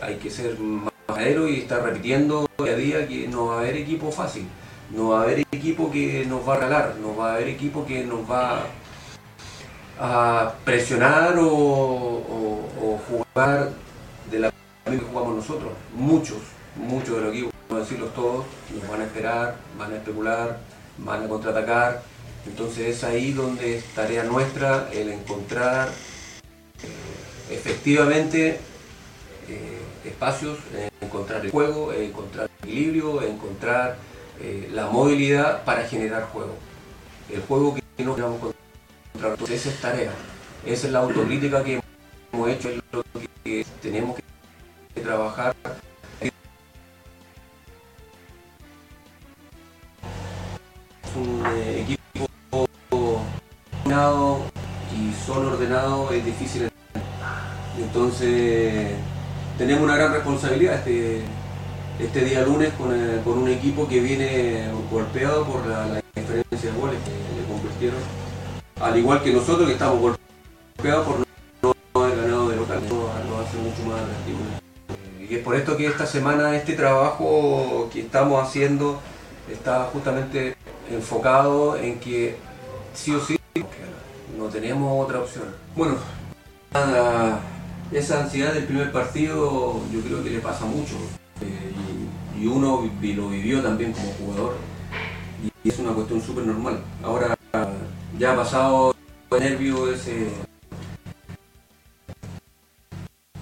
hay que ser más, majadero y está repitiendo día a día que no va a haber equipo fácil, no va a haber equipo que nos va a regalar, no va a haber equipo que nos va a presionar o, o- o jugar de la misma que jugamos nosotros. Muchos, muchos de los equipos, no decirlos todos, nos van a esperar, van a especular, van a contraatacar. Entonces es ahí donde es tarea nuestra el encontrar eh, efectivamente eh, espacios, eh, encontrar el juego, eh, encontrar el equilibrio, encontrar eh, la movilidad para generar juego. El juego que no queramos encontrar. Entonces, esa es tarea. Esa es la autocrítica que hemos hecho, es lo que tenemos que trabajar. Es un eh, equipo ordenado y solo ordenado es difícil. Entonces, tenemos una gran responsabilidad este, este día lunes con, eh, con un equipo que viene golpeado por la, la diferencia de goles que le convirtieron. Al igual que nosotros que estamos golpeados eh, por no, no haber ganado de local, eso lo hace mucho más atractivo. Eh, Y es por esto que esta semana este trabajo que estamos haciendo está justamente enfocado en que sí o sí tenemos que ganar. no tenemos otra opción. Bueno, nada, esa ansiedad del primer partido yo creo que le pasa mucho eh, y, y uno vi- lo vivió también como jugador y, y es una cuestión súper normal. Ahora ya ha pasado el nervio ese...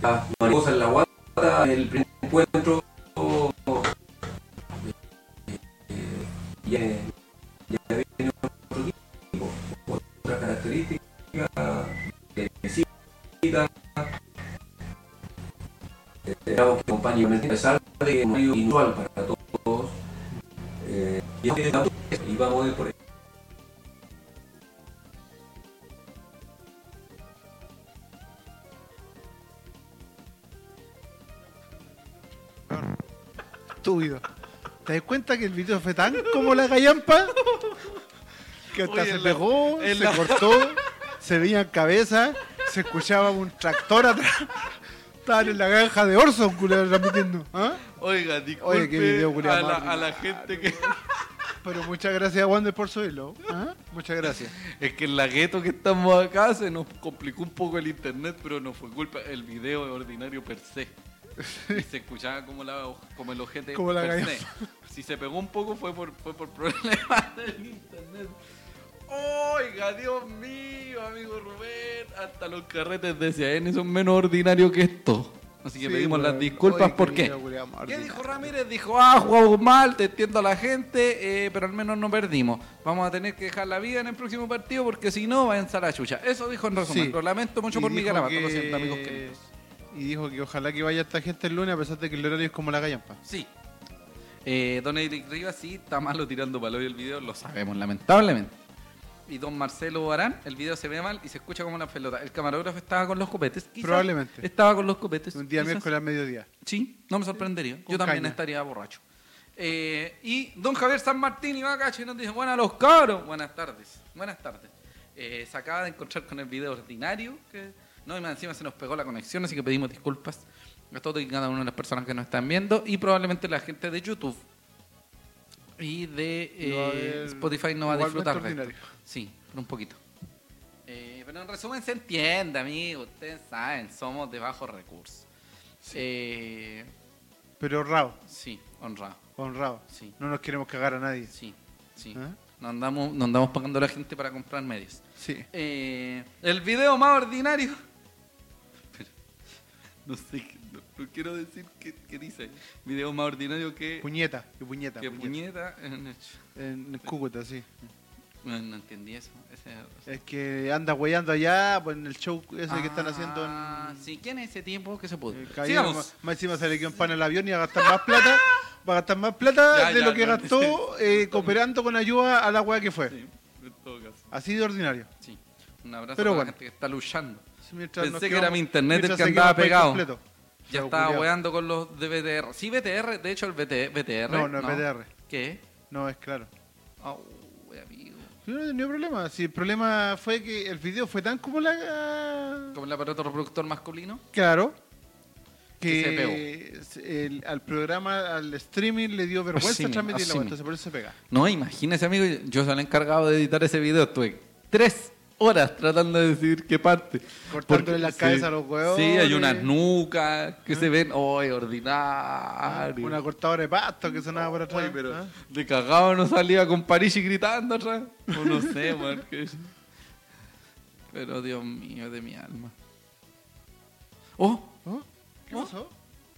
La mariposa en la guata, el primer encuentro... eh, ya, ya viene otro equipo, otras características, de visita, esperamos eh, que acompañe con el pesar de un horario inusual para todos. Eh, y este dato es- y vamos a ir por ahí. Estúpido. ¿Te das cuenta que el video fue tan como la gallampa? Que hasta Oye, se en la- pegó, en se la- cortó, se veían cabezas, se escuchaba un tractor atrás. Estaban en la granja de Orson, culero, transmitiendo. ¿ah? Oiga, disculpe Oye, qué video, culiao, Ah, a, la, más a la gente que... Pero muchas gracias, Wander, por subirlo. ¿ah? Muchas gracias. Es que en la gueto que estamos acá se nos complicó un poco el internet, pero no fue culpa. El video es ordinario per se. Y se escuchaba como, la, como el ojete Como la per galla. se. Si se pegó un poco fue por, fue por problemas del internet. Oiga, Dios mío, amigo Rubén. Hasta los carretes de CAN son menos ordinarios que esto. Así que Sí, pedimos weón. las disculpas Oye, por qué qué. video, culiao, más ¿Qué dijo ordinario. Ramírez? Dijo, ah, jugamos mal, te entiendo a la gente, eh, pero al menos no perdimos. Vamos a tener que dejar la vida en el próximo partido porque si no va a ensar la chucha. Eso dijo en resumen. Sí. Lo lamento mucho Y por mi dijo garabato, lo que- siento, amigos queridos. Y dijo que ojalá que vaya esta gente el lunes a pesar de que el horario es como la gallampa. Sí. Eh, don Eric Rivas sí está malo tirando palo y el video, lo sabemos, lamentablemente. Y don Marcelo Barán, el video se ve mal y se escucha como una pelota. El camarógrafo estaba con los copetes. quizás. Probablemente. Estaba con los copetes. Un día quizás. miércoles al mediodía. Sí, no me sorprendería. Yo también caña. estaría borracho. Eh, y don Javier San Martín y Bacacho y nos dice, buenas los cabros. Buenas tardes, buenas tardes. Eh, se acaba de encontrar con el video ordinario. Que... No, y más encima se nos pegó la conexión, así que pedimos disculpas a todos y cada una de las personas que nos están viendo y probablemente la gente de YouTube y de Y va a eh, haber Spotify no va a igualmente disfrutar de esto. ordinario. Sí, pero un poquito. Eh, pero en resumen se entiende, amigo. Ustedes saben, somos de bajos recursos. Eh, Pero honrado, sí, honrado. honrado. Sí. No nos queremos cagar a nadie. Sí, sí. ¿Ah? No, andamos, no andamos pagando a la gente para comprar medios. Sí. Eh, el video más ordinario. Pero, no sé, qué- no, no quiero decir qué, qué dice. Video más ordinario que, Puñeta, y puñeta. que puñeta. puñeta. En Cúcuta, sí. No, no entendí eso. Ese- Es que anda weyando allá pues, en el show ese que están haciendo Ah, en. Sí, ¿quién es ese tiempo que se pudo? el Caído, Sigamos. más- Más encima se le quedó en pan al avión y va a gastar más plata. Va a gastar más plata Ya, de ya, lo que no, gastó eh, cooperando con ayuda a la weá que fue. Sí, en todo caso. Así de ordinario. Sí. Un abrazo Pero para bueno. la gente que está luchando. Mientras Pensé nos que quedamos- era mi internet el mientras que seguimos andaba país pegado. completo. Ya Chavo estaba culiao. weando con los de BTR. Sí, BTR, de hecho el BT, BTR. No, no es BTR. ¿Qué? No, es claro. Au, Oh, amigo. Yo no he tenido problema. Si el problema fue que el video fue tan como la. Como el aparato reproductor masculino. Claro. que se- el- al programa, al streaming le dio vergüenza Así mismo, transmitir la así wea, mismo. entonces por eso se pega. No, imagínese, amigo, yo soy el encargado de editar ese video. Estuve tres horas tratando de decidir qué parte. Cortándole las cabezas a los Sí, hay hueones. unas nucas que se ven, ¡ay, ordinario! Una cortadora de pasto que sonaba por atrás. Ay, pero ¿ah? de cagado no salía con Parisi gritando atrás. O no sé, man, que- Pero Dios mío, de mi alma. ¡Oh! ¿Oh? ¿Qué ¿Oh? pasó?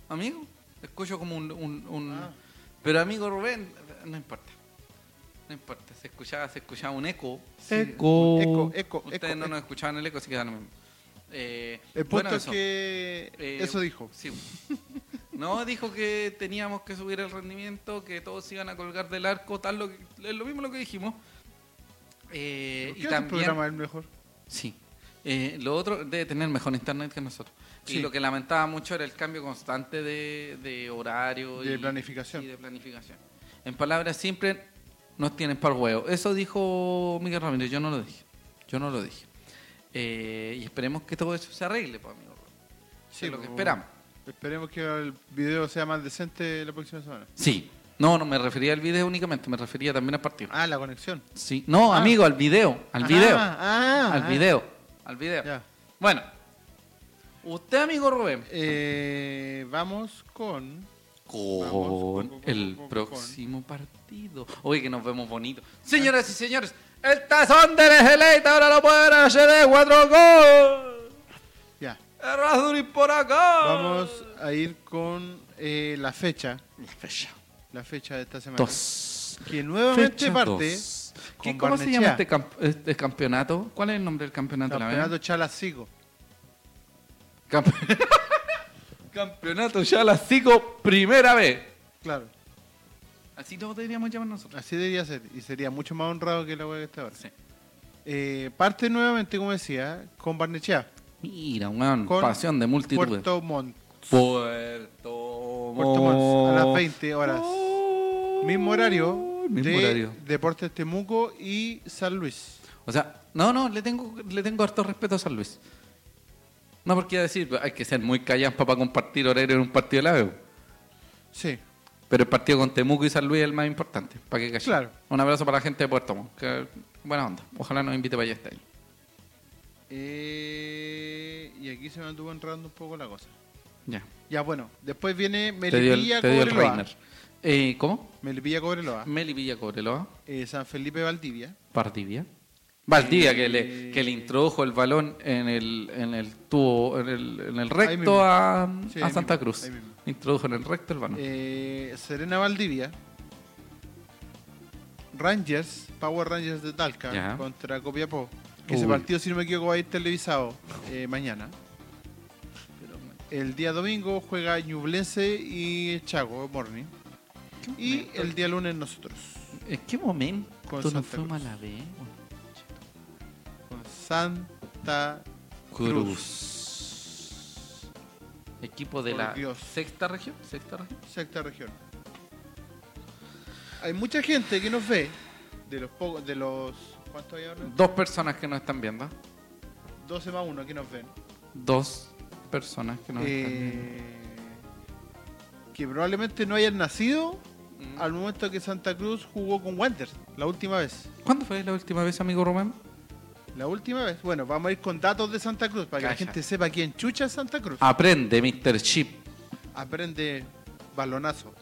Amigo, escucho como un... un- un- Ah. Pero amigo Rubén, no importa. No importa, se escuchaba, se escuchaba un eco. Eco. Eco, eco, Ustedes eco, no eco. nos escuchaban el eco, así que da lo mismo. Eh, El punto bueno, es eso. que Eh, eso dijo. Sí. No, dijo que teníamos que subir el rendimiento, que todos se iban a colgar del arco, tal lo que- es lo mismo lo que dijimos. Eh, ¿Por ¿Qué y hace el también, programa el mejor? Sí. Eh, lo otro debe tener mejor internet que nosotros. Sí. Y lo que lamentaba mucho era el cambio constante de, de horario De y- planificación. y de planificación. En palabras simples, nos tienen para el huevo. Eso dijo Miguel Ramírez, yo no lo dije. Yo no lo dije. Eh, y esperemos que todo eso se arregle, pues, amigo. Sí, lo que po. esperamos. Esperemos que el video sea más decente la próxima semana. Sí. No, no me refería al video únicamente, me refería también al partido. Ah, la conexión. Sí. No, Ah. amigo, al video, al Ah, video. ah, al ah. video, al video. Ya. Bueno. Usted, amigo Rubén, Eh, vamos con. Vamos, con con- el con- próximo partido. Oye, que nos vemos Ah. bonito. Señoras y señores, el tazón de Legeleit ahora lo pueden hacer de cuatro gol. Ya. Errázuriz por acá. Vamos a ir con eh, la fecha. La fecha. La fecha de esta semana. Dos. Que nuevamente Fecha parte. dos. con ¿Qué- ¿Cómo se Barnechea. llama este, camp- este campeonato? ¿Cuál es el nombre del campeonato? la verdad? Campeonato Chalacigo. Campe- Campeonato ya la sigo primera vez. Claro. Así todos deberíamos llamar nosotros. Así debería ser. Y sería mucho más honrado que la web que está ahora. Sí. Eh, parte nuevamente, como decía, con Barnechea. Mira, weón, Con Mm, pasión de multitudes. Oh. Puerto Montt. Puerto, Puerto Montt. A las 20 horas. Oh. Montt. Mismo horario Mismo de horario. Deportes Temuco y San Luis. O sea, no, no, le tengo, le tengo harto respeto a San Luis. No porque iba a decir, hay que ser muy callado para compartir horario en un partido de la AVE. Sí. Pero el partido con Temuco y San Luis es el más importante. Para que cachen. Claro. Un abrazo para la gente de Puerto Montt. que buena onda. Ojalá nos invite para allá este año. Eh, y aquí se me anduvo enredando un poco la cosa. Ya. Ya, bueno. Después viene Te dio el, Melipilla te dio el Cobreloa. Reiner. Eh, ¿Cómo? Melipilla Cobreloa. Meli Villa Cobreloa, eh, San Felipe Valdivia. Valdivia. Valdivia, que, le, Eh. que le introdujo el balón en el, en el tubo, en el, en el mismo. recto a, Sí, a ahí Santa mismo, Cruz. ahí mismo. Introdujo en el recto el balón. eh, Serena Valdivia. Rangers, Power Rangers de Talca Ya. contra Copiapó. Que ese Uy. partido, si no me equivoco, va a ir televisado eh, mañana. El día domingo juega Ñublense y Chago Morning. Y momento. el día lunes nosotros. ¿En qué momento Con nos Santa fuimos Cruz. a la vez? Con Santa Cruz. Cruz. Equipo de Por la Dios. sexta región. Sexta región. Sexta Región. Hay mucha gente que nos ve. De los pocos, de los. ¿Cuántos hay ahora? Dos personas que nos están viendo. 12 más 1 que nos ven. Dos personas que nos están viendo. Eh, que probablemente no hayan nacido Mm. al momento que Santa Cruz jugó con Wanderers la última vez. ¿Cuándo fue la última vez, amigo Rubén? La última vez. Bueno, vamos a ir con datos de Santa Cruz para que Cacha. la gente sepa quién chucha es Santa Ah. Cruz. Aprende, Mr. Chip. Aprende balonazo.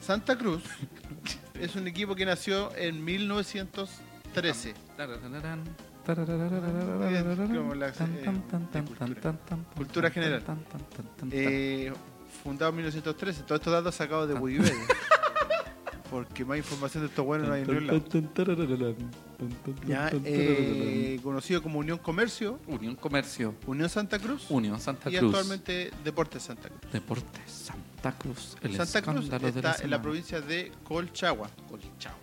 Santa Cruz es un equipo que nació en 1913. como la- eh, de cultura. Cultura general. Eh, fundado en 1913. Todos estos datos sacados de Wikipedia. Porque más información de estos buenos no hay en ningún lado. Ya, eh, conocido como Unión Comercio, Unión Comercio, Unión Santa Cruz Unión Santa y Cruz, actualmente Deportes Santa Cruz. Deportes Santa Cruz, el Santa Cruz escándalo de la está en la semana. provincia de Colchagua, Colchagua.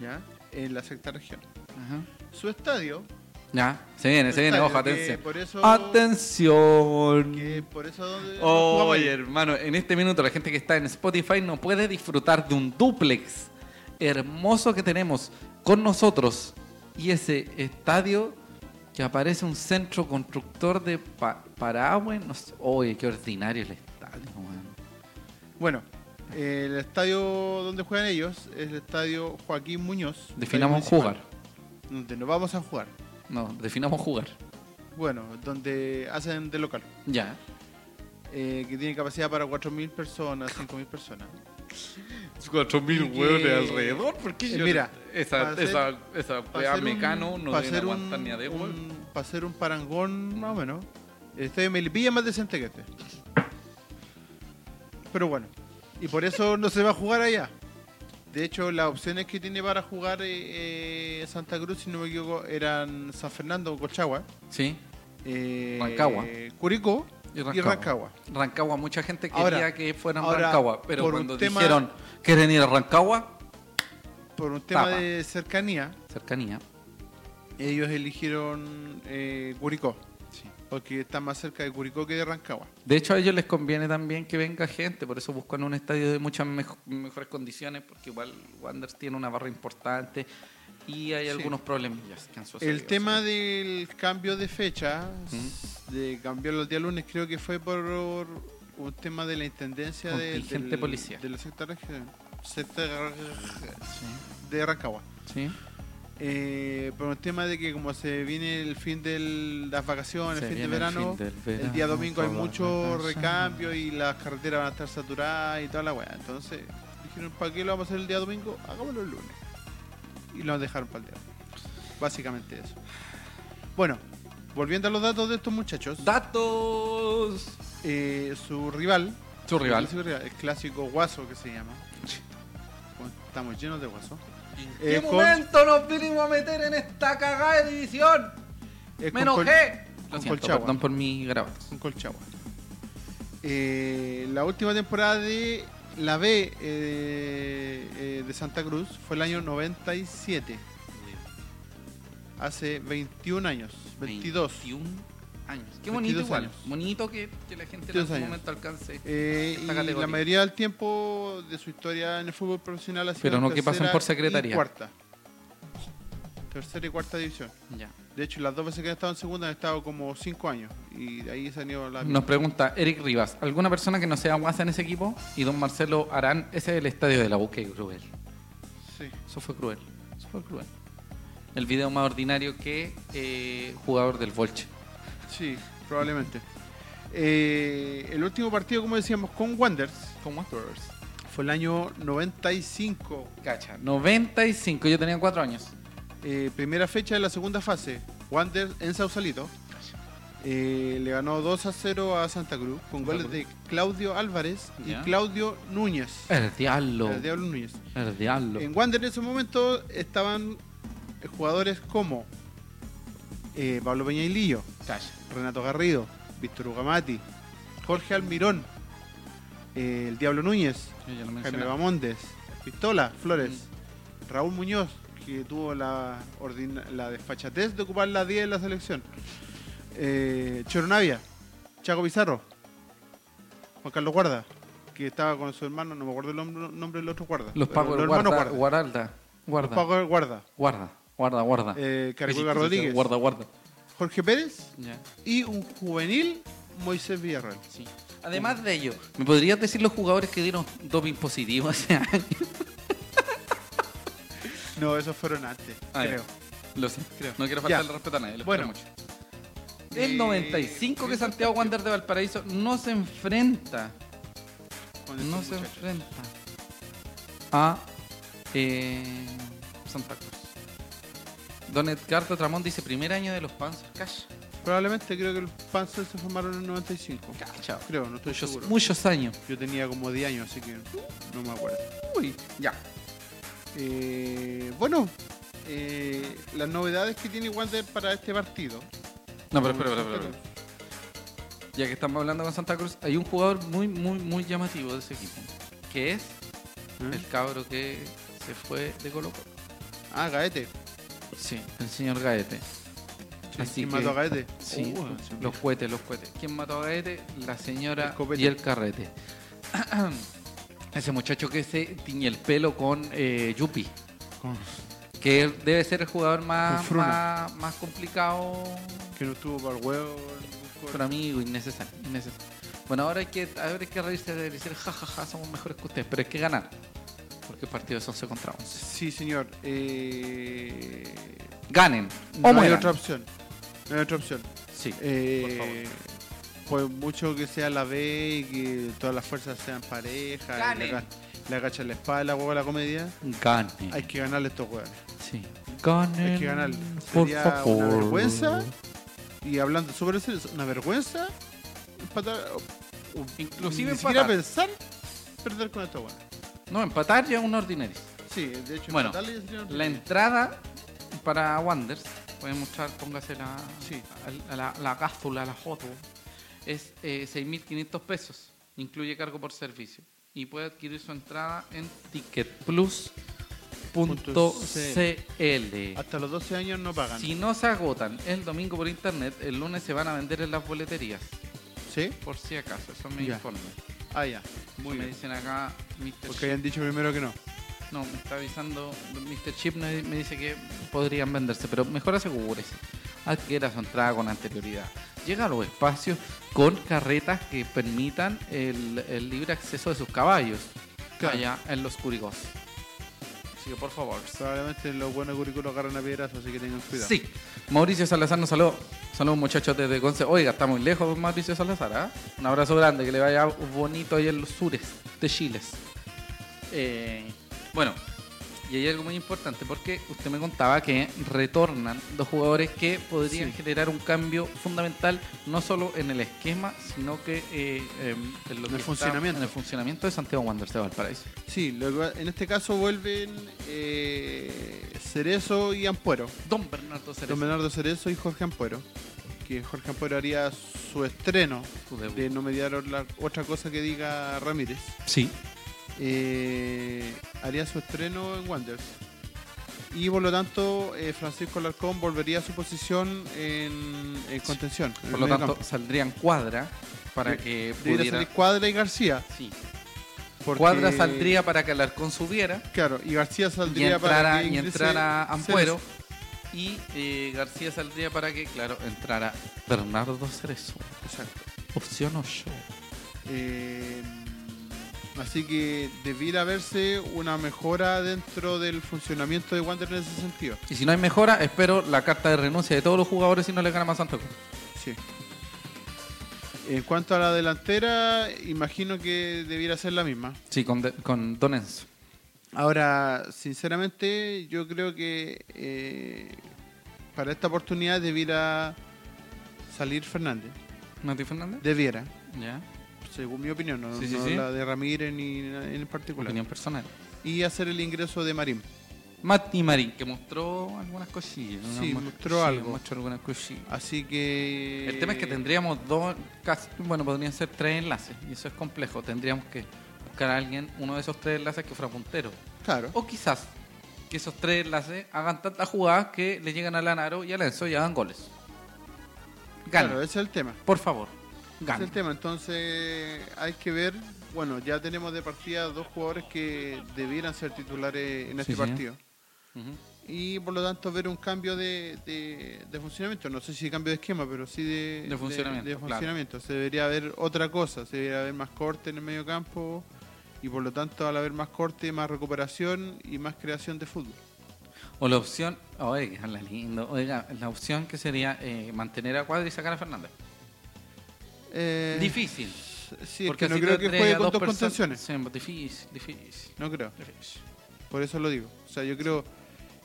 ¿ya? en la sexta región. Ajá. Su estadio, Ya, se viene, se viene, Estadio, ojo, que atención. por eso- Atención. que por eso donde jugamos ahí. Oye, hermano, en este minuto la gente que está en Spotify no puede disfrutar de un duplex hermoso que tenemos con nosotros y ese estadio que aparece un centro constructor de pa- Paraguay. No sé. Oye, qué ordinario el estadio, weón. Bueno, eh, el estadio donde juegan ellos es el estadio Joaquín Muñoz. Definamos estadio municipal, jugar. Donde nos vamos a jugar. No, definamos jugar. Bueno, donde hacen de local. Ya. eh, que tiene capacidad para 4.000 personas, 5.000 personas. 4.000 Y hueones que- alrededor, ¿por Eh, yo- mira, esa, para esa- esa Para hacer un- mecano no para deben hacer un- aguantar ni a un- Para hacer un parangón, más o menos. El estadio Melipilla es más decente que este. Pero bueno, y por eso no se va a jugar allá. De hecho, las opciones que tiene para jugar eh, eh, Santa Cruz, si no me equivoco, eran San Fernando o Colchagua. Sí, eh, Rancagua. Curicó Y y Rancagua. Rancagua. Rancagua, mucha gente quería Ahora- que fueran ahora, Rancagua, pero por cuando un tema- dijeron, ¿quieren ir a Rancagua? Por un tema Tapa. de cercanía, Cercanía. ellos eligieron eh, Curicó. Porque está más cerca de Curicó que de Rancagua. De hecho, a ellos les conviene también que venga gente, por eso buscan un estadio de muchas mejo- mejores condiciones, porque igual Wanderers tiene una barra importante y hay Sí. algunos problemillas que han sucedido. El tema del cambio de fecha, de cambiarlo al día lunes, creo que fue por un tema de la intendencia de, Contingente del- policial. de la secta región- secta Sí, de Rancagua. sí. Eh, por un tema de que como se viene el fin de las vacaciones, el fin de verano, el, día domingo hay mucho recambio y las carreteras van a estar saturadas y toda la weá. Entonces dijeron, ¿para qué lo vamos a hacer el día domingo? Hagámoslo el lunes. Y lo dejaron para el día. Básicamente eso. Bueno, volviendo a los datos de estos muchachos, ¡Datos! eh, su rival, Su rival. el clásico rival, el clásico guaso que se llama. Bueno, Estamos llenos de guaso. ¿Qué Eh, con- momento nos vinimos a meter en esta cagada de división? es ¡Me con Col- enojé! Lo con siento, Colchagua. perdón por mi grabado. con Colchagua. Eh, la última temporada de la B eh, eh, de Santa Cruz fue el año 97, hace 21 años, 22. 21 años. 22 Qué bonito igual. años. Bonito que, que la gente en 22 algún años. momento alcance. Eh, Esta y categoría. la mayoría del tiempo de su historia en el fútbol profesional ha sido Pero no que tercera pasen por y secretaría. cuarta. Tercera y cuarta división. Ya. De hecho, las dos veces que han estado en segunda han estado como 5 años. Y de ahí salió la... Nos pregunta Eric Rivas, ¿alguna persona que no sea guasa en ese equipo? Y don Marcelo Arán, ese es el estadio de la U, qué cruel. Sí. Eso fue cruel. Eso fue cruel. El video más ordinario que eh, jugador del Volche. Sí, probablemente. Eh, el último partido, como decíamos, con Wanderers ¿Cómo actores? fue el año 95. Cacha, 95, yo tenía 4 años. eh, primera fecha de la segunda fase. Wanderers en Sausalito. eh, le ganó 2 a 0 a Santa Cruz con Santa goles de Claudio Álvarez y Ya. Claudio Núñez. El diablo. El Diablo Núñez. El diablo. En Wander en ese momento estaban jugadores como eh, Pablo Peñailillo, Cacha. Renato Garrido, Víctor Ugamati, Jorge Almirón, eh, el Diablo Núñez, Yo ya lo Jaime mencionaba. Bamondes, Pistola, Flores, Mm. Raúl Muñoz, que tuvo la, ordina- la desfachatez de ocupar la 10 en la selección, eh, Choro Navia, Chaco Pizarro, Juan Carlos Guarda, que estaba con su hermano, no me acuerdo el nom- nombre del otro Guarda. Los pero pagos los guarda, hermanos Guarda. guarda, Los guarda, Paco Guarda, guarda, guarda, guarda. eh, Caracol Existe, Rodríguez, Guarda, guarda. Jorge Pérez Ya. y un juvenil Moisés Villarreal. Además de ello, ¿me podrías decir los jugadores que dieron doping positivo ese año? No, esos fueron antes, Ah, ya. creo. Lo sé, Creo. No quiero Ya. faltarle respeto a nadie, lo Bueno. quiero mucho. El Eh, 95 que Santiago Wander de Valparaíso no se enfrenta, con estos no se muchachos. enfrenta a eh, Santa Cruz. Don Edgardo Tramón dice, primer año de los Panzers, cash. Probablemente creo que los Panzers se formaron en el 95. Cacha, Creo, no estoy muchos, seguro. muchos años. Yo tenía como 10 años, así que no me acuerdo. Uy, ya. Eh, bueno, eh, las novedades que tiene Wander para este partido. No, pero espera, espera, espera, espera. Ya que estamos hablando con Santa Cruz, hay un jugador muy, muy, muy llamativo de ese equipo. Que es ¿Eh? el cabro que se fue de Colo Colo. Ah, Gaete. Sí, el señor Gaete. Así ¿Quién que- mató a Gaete? Sí, pues, Oh, bueno, se me- los cohetes, los cohetes. ¿Quién mató a Gaete? La señora El copete. y el carrete. Ese muchacho que se tiñe el pelo con eh, Yupi. Con- Que debe ser el jugador más, Con Fruna. más, más complicado Que no estuvo para el huevo. por amigo, innecesario, innecesario. Bueno, ahora hay que, ahora hay que reírse de decir, jajaja, somos mejores que ustedes, pero hay que ganar. Porque el partido es 11 contra 11. Sí, señor. Eh, Ganen. no o hay mueran. otra opción. No hay otra opción. Sí. Eh, por mucho que sea la B y que todas las fuerzas sean parejas, Ganen. le aga- le agachan la espalda, la huevo a la comedia, Ganen. hay que ganarle a estos huevos. Sí. Ganen. Hay que ganarle. Por Sería favor. una vergüenza. Y hablando sobre eso, es una vergüenza. empatar- o- o Inclusive ni siquiera empatar. pensar perder con estos huevos. No, empatar ya es un ordinario. Sí, de hecho, Bueno, empatarle sería una- La entrada para Wanders, pueden mostrar, póngase la, Sí. a- a la, la cápsula, la foto, es eh, 6.500 pesos, incluye cargo por servicio y puede adquirir su entrada en ticketplus.cl. Hasta los 12 años no pagan. Si no se agotan el domingo por internet, el lunes se van a vender en las boleterías, ¿Sí? por si acaso, eso me Ya. informa. Ah, ya. Muy me bien. dicen acá, Mr. Porque hayan dicho primero que no. No, me está avisando Mr. Chip, me me dice que podrían venderse, pero mejor asegúrese. Adquiera su entrada con anterioridad. Llega a los espacios con carretas que permitan el, el libre acceso de sus caballos Claro. allá en los Curigos. Así que por favor. Probablemente los buenos currículos agarran a piedrazos, así que tengan cuidado. Sí, Mauricio Salazar nos saludó. Saludos muchachos desde Conce. Oiga, está muy lejos Mauricio Salazar. ¿ah? Un abrazo grande, que le vaya bonito ahí en los sures de Chile. Eh, bueno, y hay algo muy importante porque usted me contaba que retornan dos jugadores que podrían Sí. generar un cambio fundamental no solo en el esquema, sino que eh, em, en, lo En el que está- funcionamiento. en el funcionamiento de Santiago Wanderers de Valparaíso. Sí, lo que va- en este caso vuelven eh, Cerezo y Ampuero. Don Bernardo Cerezo, Don Bernardo Cerezo y Jorge Ampuero. Que Jorge Ampuero haría su estreno su debut. de no mediar la- otra cosa que diga Ramírez. Sí. eh, haría su estreno en Wanderers. Y por lo tanto, eh, Francisco Larcón volvería a su posición en, en contención. en Por el lo medio tanto, campo. saldrían cuadra para De- que debería pudiera. salir Cuadra y García. Sí. porque- Cuadra saldría para que Alarcón subiera Claro, y García y saldría para entrara, que y ingrese entrara Ampuero. Cerezo. Y eh, García saldría para que, claro, entrara Bernardo Cerezo. Exacto. Opción 8. Eh, así que debiera verse una mejora dentro del funcionamiento de Wanderers en ese sentido. Y si no hay mejora, espero la carta de renuncia de todos los jugadores si no le gana más Santiago. Sí. En cuanto a la delantera, imagino que debiera ser la misma. Sí, con, de- con Don Enzo. Ahora, sinceramente, yo creo que eh, para esta oportunidad debiera salir Fernández. ¿Nati Fernández? Debiera, Ya. según mi opinión, no, Sí, sí, no sí. la de Ramírez ni na- en particular. Opinión personal. Y hacer el ingreso de Marín. Mati Marín, que mostró algunas cosillas. ¿no? Sí, Mo- mostró algo. Mostró algunas cosillas. Así que. El tema es que tendríamos dos, casi, bueno, podrían ser tres enlaces, y eso es complejo. Tendríamos que buscar a alguien, uno de esos tres enlaces que fuera puntero. Claro. O quizás que esos tres enlaces hagan tantas jugadas que le llegan a Lanaro y a Lenzo y hagan goles. Ganen, Claro, ese es el tema. por favor. Ese Ganen. es el tema. Entonces, hay que ver. Bueno, ya tenemos de partida dos jugadores que debieran ser titulares en Sí, este señor. partido. y por lo tanto ver un cambio de, de- de funcionamiento. No sé si cambio de esquema, pero sí de, De funcionamiento, de- de claro. funcionamiento. Se debería ver otra cosa, se debería ver más corte en el medio campo y por lo tanto al haber más corte, más recuperación y más creación de fútbol. O la opción, oiga, la lindo, oiga, la opción que sería eh, mantener a Cuadra y sacar a Fernández. Eh, Difícil. Sí, es que no así creo que tendría juegue con dos personas- contenciones. Sí, difícil, difícil, No creo, difícil. por eso lo digo. O sea, yo creo,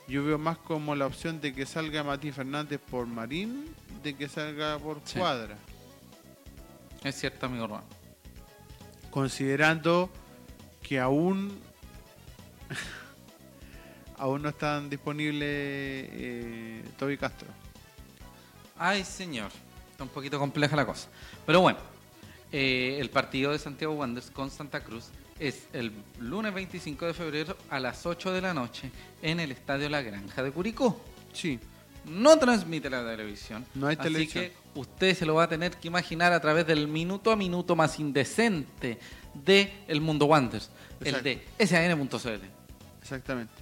yo veo más como la opción de que salga Matías Fernández por Marín, de que salga por Sí. Cuadra. Es cierto, amigo Juan. considerando que aún aún no están disponibles eh, Toby Castro. Ay, señor. Está un poquito compleja la cosa. Pero bueno, eh, el partido de Santiago Wanderers con Santa Cruz es el lunes 25 de febrero a las 8 de la noche en el Estadio La Granja de Curicó. Sí, No transmite la televisión. No hay así televisión. que usted se lo va a tener que imaginar a través del minuto a minuto más indecente de El Mundo Wanderers. El Exacto. de san.cl. exactamente.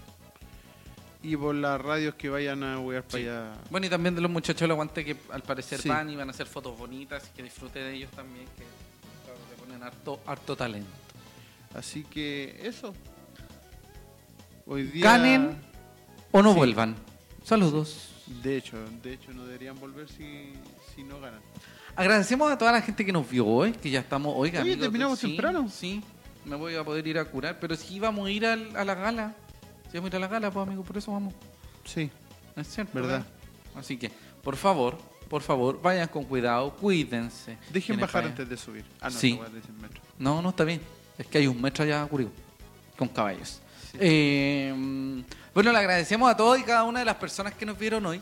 y por las radios que vayan a huear para Sí. allá. Bueno, y también de los muchachos del aguante que al parecer Sí. van y van a hacer fotos bonitas y que disfrute de ellos también, que claro, le ponen harto, harto talento. Así que eso. Hoy día. Ganen. O no Sí. vuelvan. Saludos. De hecho, de hecho no deberían volver si, si no ganan. Agradecemos a toda la gente que nos vio hoy, que ya estamos. Oiga, Oye, amigos, terminamos sí, temprano. Sí, me voy a poder ir a curar, pero sí vamos a ir al- a la gala. Sí, vamos a ir a la gala, pues, amigo, por eso vamos. Sí, Es cierto. Verdad. ¿verdad? Así que, por favor, por favor, vayan con cuidado, cuídense. dejen Quienes bajar vayan. antes de subir. Ah, no, Sí. esa weá le dicen metro. No, no está bien. Es que hay un metro allá ocurrido con caballos. Sí. Eh, bueno, le agradecemos a todos y cada una de las personas que nos vieron hoy.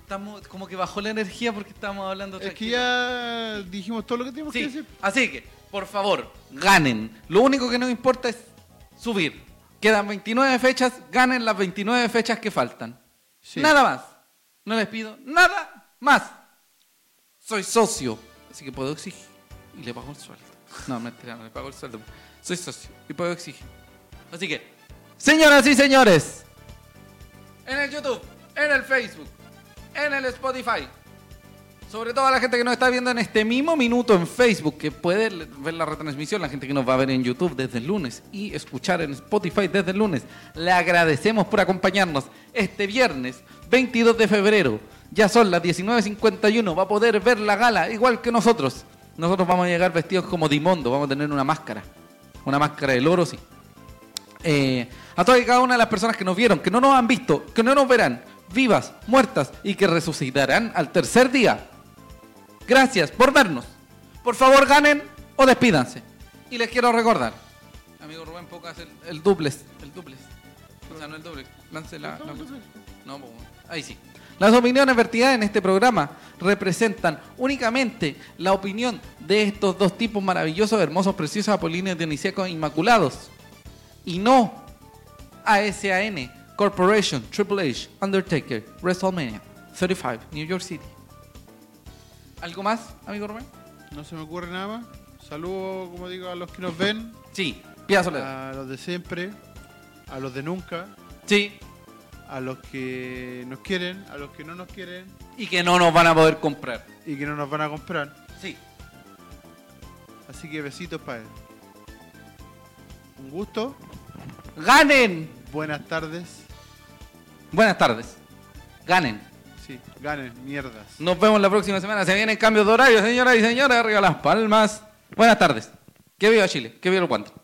Estamos como que bajó la energía porque estábamos hablando. Es que tranquilo. ya dijimos todo lo que teníamos que Sí, decir. así que, por favor, ganen. Lo único que nos importa es subir. Quedan 29 fechas, ganen las 29 fechas que faltan. Sí. Nada más. No les pido nada más. Soy socio, así que puedo exigir. Y le pago el sueldo. No, mentira, no le pago el sueldo. Soy socio y puedo exigir. Así que, señoras y señores, en el YouTube, en el Facebook, en el Spotify, sobre todo a la gente que nos está viendo en este mismo minuto en Facebook, que puede le- ver la retransmisión, la gente que nos va a ver en YouTube desde el lunes y escuchar en Spotify desde el lunes. Le agradecemos por acompañarnos este viernes 22 de febrero. Ya son las 19.51, va a poder ver la gala igual que nosotros. Nosotros vamos a llegar vestidos como Dimondo, vamos a tener una máscara. Una máscara de loro, sí. Eh, a todas y cada una de las personas que nos vieron, que no nos han visto, que no nos verán, vivas, muertas y que resucitarán al tercer día. Gracias por vernos. Por favor, ganen o despídanse. Y les quiero recordar. Amigo Rubén, poco hace el, el duples. El duples. O sea, no el doble. Lance la. la- no, po, ahí sí. Las opiniones vertidas en este programa representan únicamente la opinión de estos dos tipos maravillosos, hermosos, preciosos, apolíneos, dionisíacos, e inmaculados y no ASAN Corporation, Triple H, Undertaker, WrestleMania 35, New York City. ¿Algo más, amigo Rubén? No se me ocurre nada más. Saludos, como digo, a los que nos ven, Sí, Pia Soledad. a los de siempre, a los de nunca, Sí, a los que nos quieren, a los que no nos quieren y que no nos van a poder comprar. y que no nos van a comprar. Sí. Así que besitos para él. Un gusto, ¡Ganen! buenas tardes. Buenas tardes. Ganen. Sí, ganen, mierdas. Nos vemos la próxima semana. Se vienen cambios de horario, señoras y señores. Arriba las palmas. Buenas tardes. Que viva Chile. Que viva el guante.